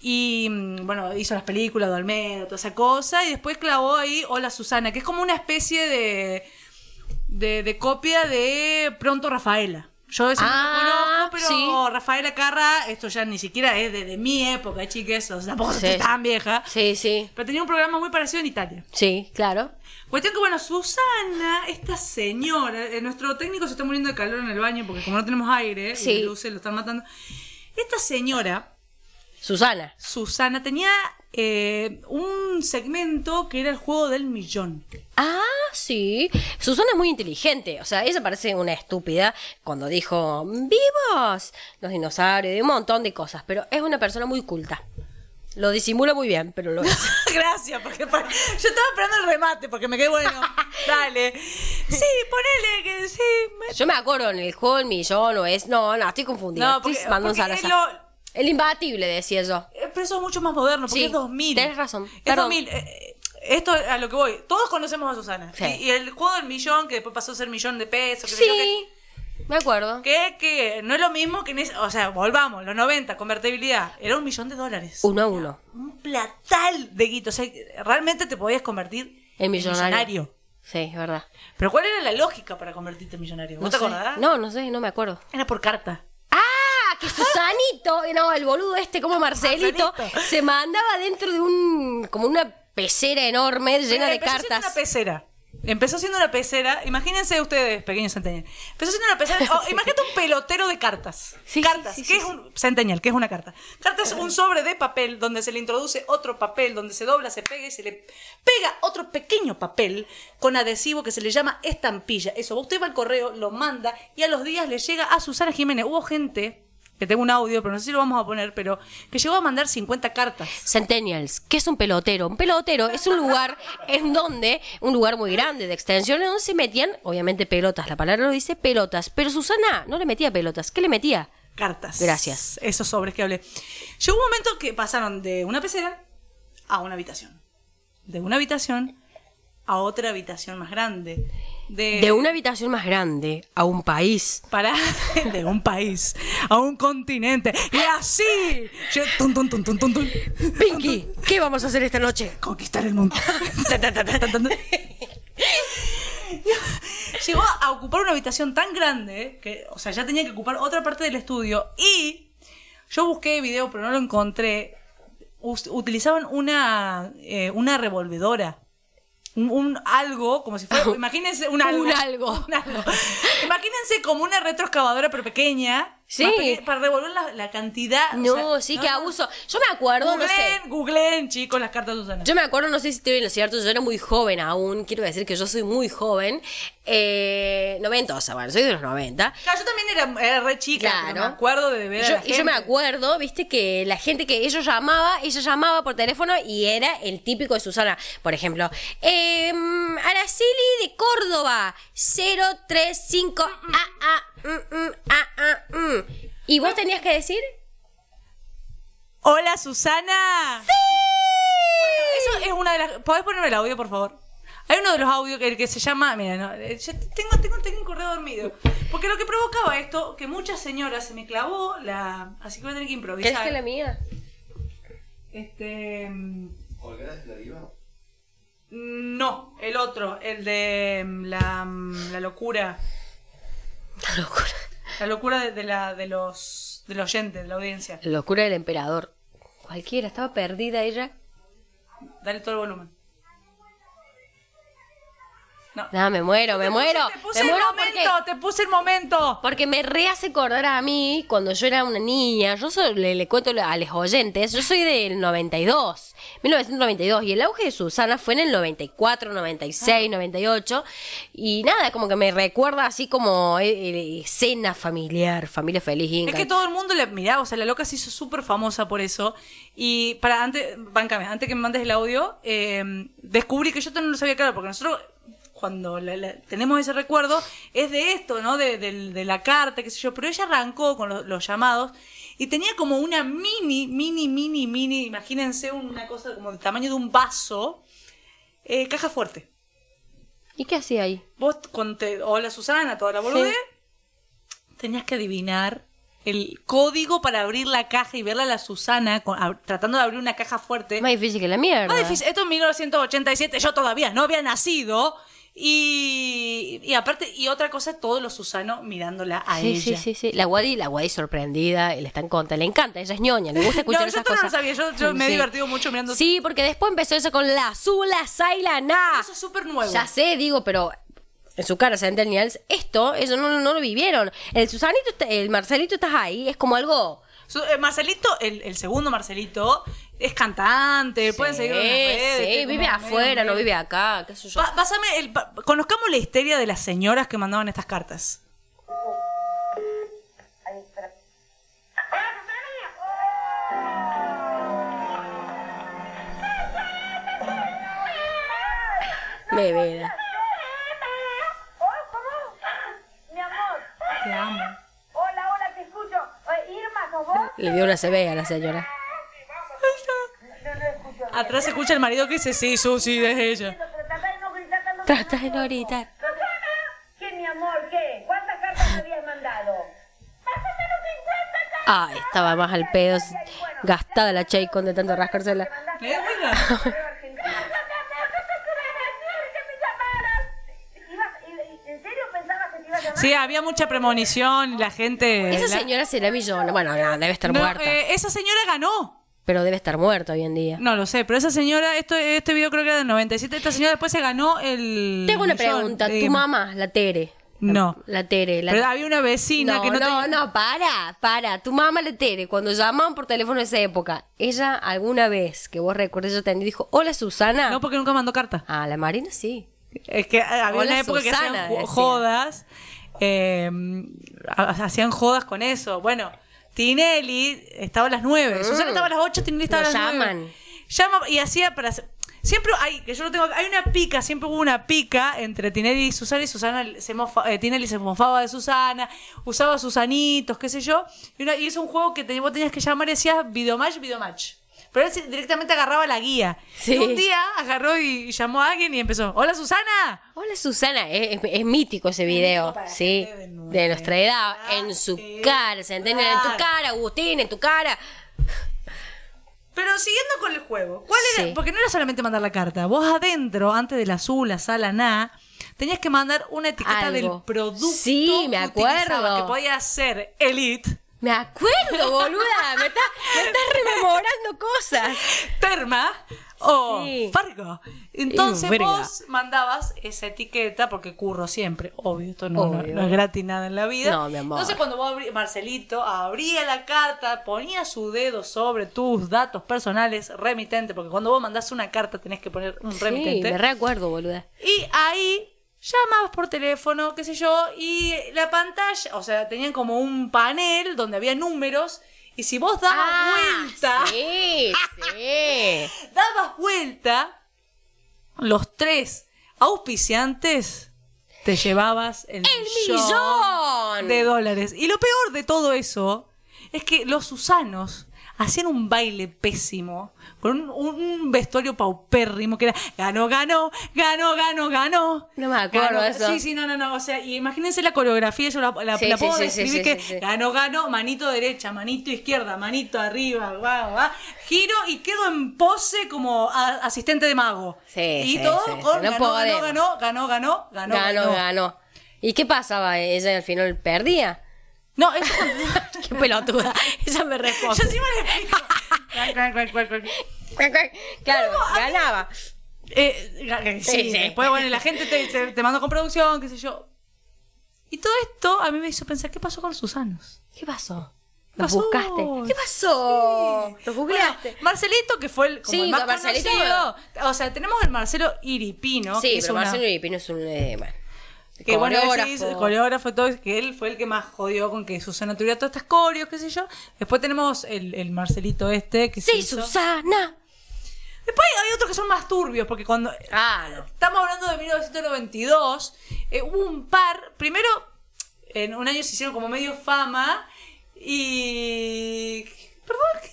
Y mm, bueno, hizo las películas de Olmedo, toda esa cosa. Y después clavó ahí Hola Susana, que es como una especie de, de, de copia de Pronto Rafaela. Yo esa
Ah,
no la conozco, pero
sí.
Rafaela Carra, esto ya ni siquiera es de, de mi época, eh, chiques, o sea, tampoco
Sí.
estoy tan vieja.
Sí, sí.
Pero tenía un programa muy parecido en Italia.
Sí, claro.
Cuestión que, bueno, Susana, esta señora, eh, nuestro técnico se está muriendo de calor en el baño porque como no tenemos aire,
Sí.
y las luces lo están matando. Esta señora,
Susana.
Susana, tenía eh, un segmento que era el juego del millón. [laughs]
Ah, sí. Susana es muy inteligente. O sea, ella parece una estúpida cuando dijo vivos, los dinosaurios y un montón de cosas. Pero es una persona muy culta. Lo disimula muy bien, pero lo es.
Gracias, porque pa- yo estaba esperando el remate porque me
[laughs]
quedé bueno. Dale. Sí, ponele que sí. me-
Yo me acuerdo en el juego del millón o es. No, no, estoy confundida.
No, porque-
Estoy mandando un
porque
zaraza.
lo-
El imbatible, decía yo.
Eh, Pero eso es mucho más moderno, porque
Sí,
es 2000.
tenés razón,
Es
perdón.
2000. eh, Esto es a lo que voy. Todos conocemos a Susana.
Sí.
Y, y el juego del millón, que después pasó a ser millón de pesos. Que sé yo qué.
Sí, me acuerdo.
que, que no es lo mismo que en ese, o sea, volvamos, los 90, convertibilidad, era un millón de dólares.
Uno a uno.
Un platal de guito, o sea, que realmente te podías convertir
El
en
millonario. Sí, es verdad.
Pero ¿cuál era la lógica para convertirte en millonario? ¿Vos
No
te
sé.
acordás?
No, no sé, no me acuerdo.
Era por carta.
¡Ah! Que Susanito, eh, no, el boludo este como Marcelito,
Marcelito.
se mandaba dentro de un. como una pecera enorme llena de
Empezó siendo
cartas.
una pecera. Empezó siendo una pecera, imagínense ustedes, pequeños centenial. Empezó siendo una pecera, oh, imagínate un pelotero de cartas.
[laughs] Sí,
cartas,
sí, sí,
¿qué
sí,
es un centenial? ¿Qué es una carta? Carta es un sobre de papel donde se le introduce otro papel, donde se dobla, se pega y se le pega otro pequeño papel con adhesivo que se le llama estampilla. Eso, usted va al correo, lo manda y a los días le llega a Susana Jiménez. Hubo gente que tengo un audio, pero no sé si lo vamos a poner, pero que llegó a mandar 50 cartas.
Centennials, ¿qué es un pelotero? Un pelotero es un lugar en donde, un lugar muy grande de extensión, en donde se metían, obviamente, pelotas, la palabra lo dice, pelotas. Pero Susana no le metía pelotas, ¿qué le metía?
cartas.
Gracias.
Esos sobres que hablé. Llegó un momento que pasaron de una pecera a una habitación. De una habitación a otra habitación más grande. De,
De una habitación más grande a un país.
para [laughs] de un país a un continente. Y así. yo- tun, tun, tun, tun, tun, tun,
Pinky, ¿qué vamos a hacer esta noche?
conquistar el mundo. Tan, tan, tan, tan, tan, tan. Llegó a ocupar una habitación tan grande que, o sea, ya tenía que ocupar otra parte del estudio y yo busqué video, pero no lo encontré. Us- utilizaban una, eh, una revolvedora. Un, un algo, como
[laughs]
si fuera. Imagínense [laughs] un algo.
Un algo.
Un algo. Imagínense como una retroexcavadora, pero pequeña,
Sí.
Más pequeña, Para revolver la, la cantidad. o
No,
sea,
sí,
no,
que
no.
abuso. Yo me acuerdo, no sé.
Googleen, googleen, chicos, las cartas de Susana.
Yo me acuerdo, no sé si estoy en lo cierto, yo era muy joven aún, quiero decir que yo soy muy joven, eh, noventosa, bueno, soy de los 90.
Claro, yo también era, era re chica, pero
Claro.
me acuerdo de ver a
Yo-
la
y yo me
gente.
acuerdo, viste, que la gente que ellos llamaba, ella llamaba por teléfono y era el típico de Susana. Por ejemplo, em, Araceli de Córdoba, 035 ah, ah, mm, mm, ah, ah, mm. ¿Y vos tenías que decir?
Hola, Susana. Sí. eso es una de las. ¿Podés ponerme el audio, por favor? Hay uno de los audios que, que se llama. Mira, no, eh, yo tengo, tengo, tengo un correo dormido. Porque lo que provocaba esto, que muchas señoras se me clavó la. Así que voy a tener que
¿Qué
improvisar.
es la mía? [laughs]
Este. mm,
¿Olga es la diva?
No, el otro, el de mm, la, mm, la locura.
La locura.
La locura de, de la, de los del oyente, de la audiencia.
La locura del emperador. Cualquiera, estaba perdida ella.
Dale todo el volumen.
No, me muero, me muero.
Te puse
me
el
muero
momento, te puse el momento.
Porque me rehace acordar a mí cuando yo era una niña. Yo soy- le, le cuento a los oyentes, yo soy del 92, 1992. Y el auge de Susana fue en el 94, 96, 98. Y nada, como que me recuerda así como eh, eh, escena familiar, familia feliz.
Es que todo el mundo la miraba, o sea, la loca se hizo súper famosa por eso. Y para antes, bancame, antes que me mandes el audio, eh, descubrí que yo no lo sabía claro, porque nosotros cuando la- la- tenemos ese recuerdo es de esto, ¿no? De, del- de la carta, qué sé yo. Pero ella arrancó con lo- los llamados y tenía como una mini, mini, mini, mini, imagínense una cosa como del tamaño de un vaso, eh, caja fuerte.
¿Y qué hacía ahí?
Vos, cuando te, hola Susana, toda la boludez, tenías que adivinar el código para abrir la caja y verla a la Susana con- ab- tratando de abrir una caja fuerte.
Más difícil que la mierda.
Eh, Más difícil. Esto en 1987, yo todavía no había nacido. Y, y aparte, y otra cosa, todos los Susanos mirándola a
Sí, sí,
ella.
sí, sí. La Wadi, la Wadi sorprendida, le está en contra, le encanta, ella es ñoña, le gusta escuchar
[laughs] No, yo
esas
esto no lo
cosas.
sabía, yo- yo me he divertido mucho mirando-
Sí, porque después empezó eso con la azul, la sa y la na.
Ah, Eso es súper nuevo.
Ya sé, digo, pero en su cara, Santel Niels, esto, eso no, no lo vivieron. El Susanito, está- el Marcelito estás ahí, es como algo.
Su- eh, Marcelito, el, el segundo Marcelito, es cantante, pueden seguir en las redes,
Sí,
que
vive
como medio-
afuera, no vive acá, qué sé yo.
Pa- pásame el- pa- conozcamos la histeria de las señoras que mandaban estas cartas.
Bebeda.
Hola, ¿cómo? Mi amor.
Te amo.
Hola, hola, te escucho. Oye, Irma, ¿sos vos?
Le dio una CB a la señora.
Atrás se escucha el marido que dice, sí, Susi, es ella.
Pero trata de no gritar tanto.
Trata de no gritar.
¿Qué, mi amor? ¿Qué? ¿Cuántas cartas me habías mandado? Más o menos 50 cartas.
Ah, estaba más al pedo, s- gastada la Chaycon de tanto rascársela.
¿Me das cuenta?
¿En serio pensabas que te iba a llamar?
Sí, había mucha premonición, la gente...
Esa
Eh, la-
señora será millona. Bueno, no, debe estar
No,
muerta.
eh, esa señora ganó.
Pero debe estar muerta hoy en día.
No lo sé, pero esa señora, esto, este video creo que era del 97, esta señora después se ganó el...
Tengo una
millón,
pregunta.
eh,
¿Tu mamá, la Tere?
No.
La Tere, la
Pero había una vecina
no,
que no,
no,
tenía-
no, para, para. Tu mamá le Tere, cuando llamaban por teléfono en esa época, ella alguna vez que vos recuerdes ella atendió y dijo, hola Susana.
No, porque nunca mandó carta.
Ah, la Marina sí.
Es que eh, había
Hola,
una época
Susana,
que hacían jo-
decía.
jodas. eh, ha- hacían jodas con eso. Bueno, Tinelli estaba a las 9. Susana estaba a las 8, Tinelli estaba
Lo
a las 9.
llaman.
Llama y hacía para. hacer- Siempre hay, que yo no tengo, hay una pica, siempre hubo una pica entre Tinelli y Susana, y Susana se mofa- eh, Tinelli se mofaba de Susana, usaba Susanitos, qué sé yo, y, una- y es un juego que te- vos tenías que llamar y decías videomatch, videomatch. Pero él se- directamente agarraba la guía.
Sí.
Y un día agarró y llamó a alguien y empezó, hola Susana,
Hola Susana, es, es- es mítico ese video, sí,
gente de nuestra
de nuestra edad, en su
sí,
cara, ¿se entienden? En tu
claro.
cara, Agustín, en tu cara.
Pero siguiendo con el juego, ¿cuál era?
Sí.
Porque no era solamente mandar la carta. Vos adentro, antes del azul, la sala, na, tenías que mandar una etiqueta
Algo.
del producto.
Sí, me
que utilizabas,
acuerdo.
Que podía ser Elite,
Me acuerdo, boluda, me estás me estás rememorando cosas.
Terma o
Sí.
Farga. Entonces
verga.
vos mandabas esa etiqueta, porque curro siempre, obvio, esto no, no-
Obvio.
no es gratis nada en la vida.
No, mi amor.
Entonces cuando vos abrí- Marcelito abría la carta, ponía su dedo sobre tus datos personales, remitente, porque cuando vos mandás una carta tenés que poner un
Sí,
[laughs] remitente.
me recuerdo, boluda.
Y ahí llamabas por teléfono, qué sé yo, y la pantalla, o sea, tenían como un panel donde había números, y si vos dabas vuelta,
Sí, sí.
dabas vuelta, los tres auspiciantes te llevabas el,
¡El millón!
de dólares. Y lo peor de todo eso es que los Susanos hacían un baile pésimo, con un, un vestuario paupérrimo que era ganó, ganó, ganó, ganó, ganó.
No me acuerdo
Ganó.
eso.
Sí, sí, no, no, no. O sea, y imagínense la coreografía, yo la, la,
Sí,
la
sí,
puedo
sí, sí,
describir
sí,
que
sí, sí.
ganó, ganó, manito derecha, manito izquierda, manito arriba, va, va, giro y quedo en pose como a- asistente de mago.
Sí,
y
sí,
todo
sí, sí. No
con ganó, ganó,
podemos.
ganó, ganó, ganó, ganó,
ganó,
ganó.
ganó. ¿Y qué pasaba? ¿Ella al final perdía?
No, eso
[laughs] ¡Qué pelotuda! Ella me
Yo
responde.
sí me lo explico.
[laughs]
[laughs]
claro, ganaba.
Eh, ga- ga- sí,
sí.
después, bueno, la gente te, te, te mandó con producción, qué sé yo. Y todo esto a mí me hizo pensar, ¿qué pasó con los Susanos?
¿Qué pasó?
¿Qué
¿Los
pasó?
buscaste? ¿Qué pasó? ¿Los googleaste?
Bueno, Marcelito, que fue el, como
Sí,
el más
Marcelito.
conocido. O sea, tenemos el Marcelo Iripino.
sí,
que es
pero
una-
Marcelo Iripino es un... eh, bueno,
que bueno,
coreógrafo.
decís, coreógrafo y todo, es que él fue el que más jodió con que Susana tuviera todas estas coreos, qué sé yo. Después tenemos el, el Marcelito este, que se
Sí,
hizo-
Susana.
Después hay otros que son más turbios, porque cuando
Ah, no.
Estamos hablando de 1992. eh, hubo un par. Primero, en un año se hicieron como medio fama. Y. Perdón. que-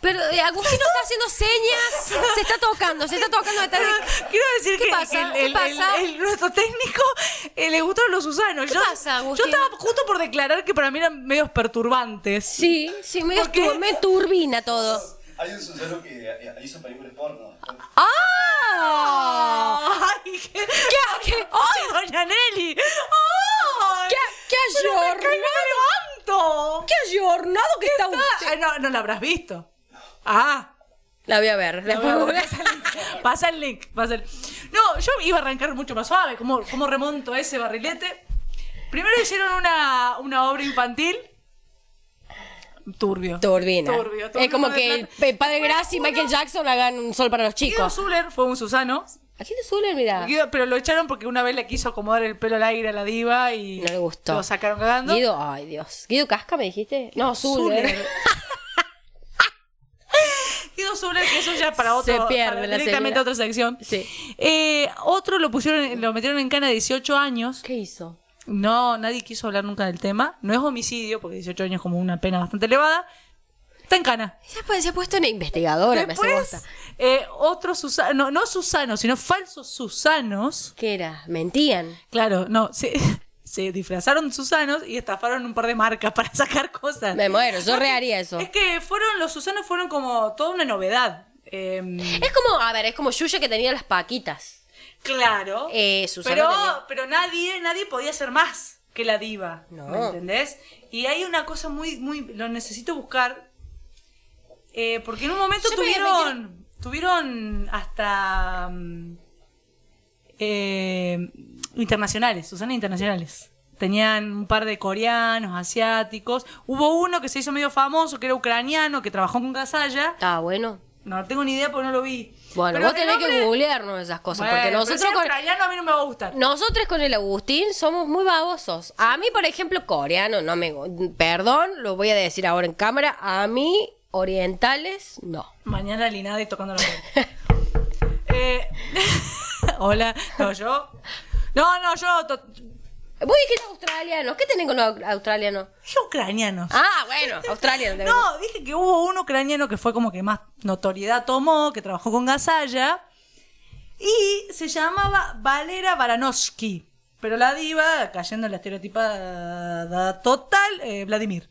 Pero eh, Agustino está haciendo señas, se está tocando, se está tocando. está-
[laughs] Quiero decir
¿Qué
que
pasa?
el-
¿Qué
el-
pasa?
el- el- nuestro técnico eh, le gustaron los Susanos.
¿Qué
yo,
pasa,
yo
Agustín?
estaba justo por declarar que para mí eran medios perturbantes.
Sí, sí, medio
¿Por qué?
tur- me turbina todo.
Hay un suceso que eh, hizo películas porno.
¡Ah!
¡Ay! ¡Qué,
qué-
¡Ay, doña Nelly! ¡Ay!
¡Qué, qué
Pero me
ayornado!
caí, me levanto!
¡Qué ayornado que está usted!
Ah, no, no la habrás visto. Ah.
La voy a ver, después
Bueno,
voy a-
pasa el link, Pasa el link, pasa el- No, yo iba a arrancar mucho más suave. ¿Cómo, cómo remonto ese barrilete? Primero hicieron una, una obra infantil. Turbio.
Turbina.
Turbio,
es
turbio
como
de
que el
plata.
pe- padre Gracia y Michael Jackson hagan un sol para los
Guido
chicos.
Zuller fue un Susano.
¿A quién te suelen mirar?
Guido- pero lo echaron porque una vez le quiso acomodar el pelo al aire a la diva y
No le gustó.
lo sacaron cagando.
Guido, ay Dios. ¿Guido Casca me dijiste? No, eh. Zuller.
Zuller. [laughs] Guido Zuller, que eso ya para otro.
Se pierde
para
la
directamente
seriedad.
otra sección.
Sí.
Eh, otro lo pusieron, lo metieron en cana de 18 años.
¿Qué hizo?
No, nadie quiso hablar nunca del tema. No es homicidio, porque 18 años es como una pena bastante elevada. Está en cana.
Se ha, se ha puesto una investigadora, me hace
Después,
bosta.
eh, otro Susano, no, no Susanos, sino falsos Susanos.
¿Qué era? ¿Mentían?
Claro, no, se, [laughs] se disfrazaron de Susanos y estafaron un par de marcas para sacar cosas.
Me muero, yo reharía eso.
Es que fueron, los Susanos fueron como toda una novedad. Eh,
Es como, a ver, es como Yuya que tenía las paquitas.
claro.
Eh, Susana
pero,
tenía-
pero nadie, nadie podía ser más que la diva.
No.
¿Me entendés? Y hay una cosa muy, muy. Lo necesito buscar. eh, porque en un momento
Yo me- me
tuvieron. Tuvieron hasta. mm, eh, internacionales, Susana internacionales. Tenían un par de coreanos, asiáticos. Hubo uno que se hizo medio famoso, que era ucraniano, que trabajó con Gasalla.
Estaba bueno.
No tengo ni idea porque no lo vi.
Bueno,
Pero
vos
de
tenés que
nombre-
googlearnos esas cosas,
Bueno,
porque
pero
nosotros
si es
con,
ucraniano a mí no me va a gustar.
nosotros con el Agustín somos muy babosos. A mí, por ejemplo, coreano, no me... gu- Perdón, lo voy a decir ahora en cámara. A mí, orientales, no.
Mañana Linade tocando la
[laughs]
puerta. Eh, [laughs] hola, no, yo. No, no, yo. to-
Vos dijiste australianos. ¿Qué tenés con los au- australianos?
Dije ucranianos.
Ah,
[laughs]
bueno, australianos.
No, dije que hubo un ucraniano que fue como que más notoriedad tomó, que trabajó con Gasalla. Y se llamaba Valera Baranovsky. Pero la diva, cayendo en la estereotipada total, eh, Vladimir.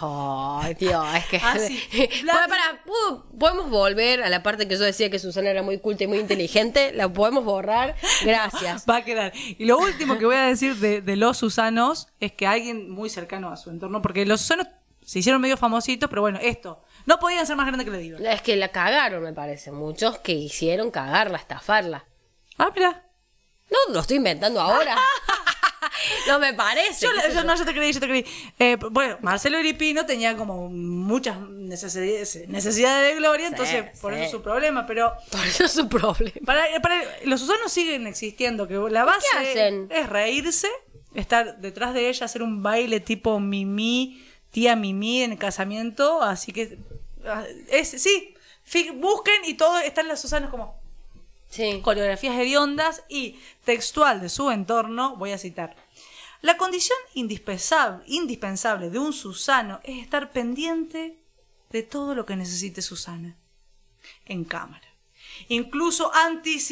Ay, Dios, es que.
Ah, sí.
[laughs] Bueno, pará, ¿puedo- podemos volver a la parte que yo decía que Susana era muy culta y muy inteligente. La podemos
[laughs]
borrar. Gracias.
Va a quedar. Y lo último que voy a decir de, de los Susanos es que alguien muy cercano a su entorno, porque los Susanos se hicieron medio famositos, pero bueno, esto. No podían ser más grandes que la diva.
Es que la cagaron, me parece. Muchos que hicieron cagarla, estafarla.
Ah, mira.
No, lo estoy inventando ahora.
[laughs]
no me parece.
Yo,
qué sé
yo-
yo.
no, yo te creí, yo te creí. Eh, bueno, Marcelo Iripino tenía como muchas necesidades, necesidades de gloria, entonces por
sí.
eso es su problema. Pero
[laughs] Por eso es un problema.
para, para- los Susanos siguen existiendo, que la base
hacen?
es reírse, estar detrás de ella, hacer un baile tipo Mimi, tía Mimi en el casamiento, así que ah, es, sí, fi- busquen y todo, están las Susanos como
Sí.
coreografías hediondas y textual de su entorno, voy a citar. La condición indispensab- indispensable de un Susano es estar pendiente de todo lo que necesite Susana en cámara. Incluso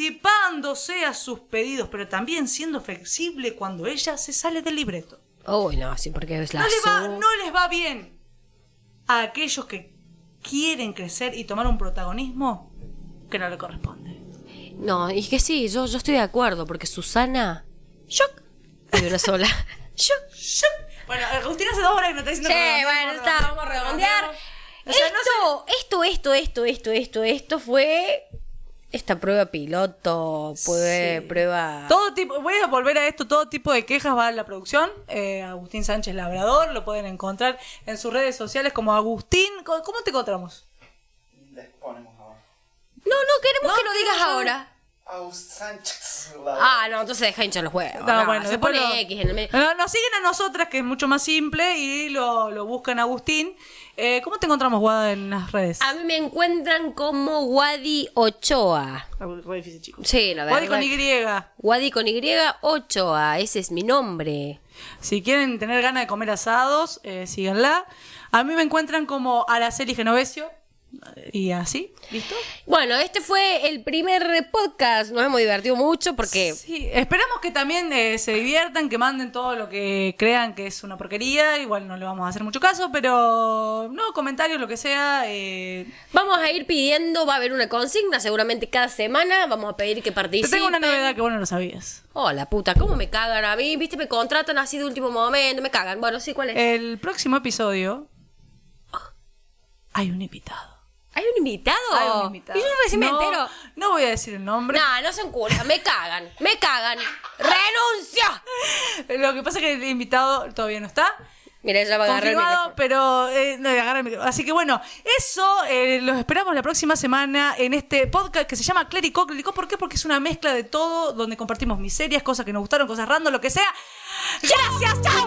anticipándose a sus pedidos, pero también siendo flexible cuando ella se sale del libreto.
Uy, no, Oh, sí, porque es la
No les, va,
su-
no les va bien a aquellos que quieren crecer y tomar un protagonismo que no le corresponde.
No, y que sí, yo, yo estoy de acuerdo, porque Susana. Shock. De una
[laughs]
sola. Shock.
Bueno, Agustín hace dos horas que no está diciendo
Sí,
que
bueno,
redondeemos,
está, vamos a redondear.
O sea, no
esto, esto, esto, esto, esto, esto, esto fue esta prueba piloto, fue prueba...
Todo tipo, voy a volver a esto, todo tipo de quejas va a la producción. Eh, Agustín Sánchez Labrador, lo pueden encontrar en sus redes sociales como Agustín. ¿Cómo cómo te encontramos?
Les ponemos ahora.
No, no, queremos que lo digas ahora.
Aus Sánchez. la-
Ah, no, entonces deja hinchar los huevos.
No,
No,
Ah, bueno,
se
después
pone
lo-
X en el medio.
No, nos siguen a nosotras, que es mucho más simple, y lo, lo buscan Agustín. Eh, ¿Cómo te encontramos, Guada, en las redes?
A mí me encuentran como Wadi Ochoa.
Ah, Re difícil, chico.
Sí, la verdad.
Guadi con Y.
Wadi con Y, Ochoa, ese es mi nombre.
Si quieren tener ganas de comer asados, eh, síganla. A mí me encuentran como Araceli Genovesio. Y así, ¿listo?
Bueno, este fue el primer podcast. Nos hemos divertido mucho porque
Sí, esperamos que también eh, se diviertan, que manden todo lo que crean que es una porquería. Igual no le vamos a hacer mucho caso, pero no, comentarios, lo que sea. eh.
Vamos a ir pidiendo, va a haber una consigna seguramente cada semana, vamos a pedir que
Te
participen.
tengo una novedad que vos no lo sabías.
Oh, la puta, ¿cómo me cagan a mí? ¿Viste? Me contratan así de último momento, me cagan. Bueno, sí, ¿cuál es?
El próximo episodio hay un invitado.
¿Hay un invitado?
Hay un invitado.
Y yo recién me
No,
entero.
No voy a decir el nombre.
No, no son culas, me cagan, me
[laughs]
cagan. ¡Renuncio!
Lo que pasa es que el invitado todavía no está.
Mira, ella va a agarrar el
confirmado,
micrófono.
pero eh, no, agarra el micro. Así que bueno, eso eh, los esperamos la próxima semana en este podcast que se llama Clérico. Clérico, ¿por qué? Porque es una mezcla de todo, donde compartimos miserias, cosas que nos gustaron, cosas random, lo que sea. Gracias, chao.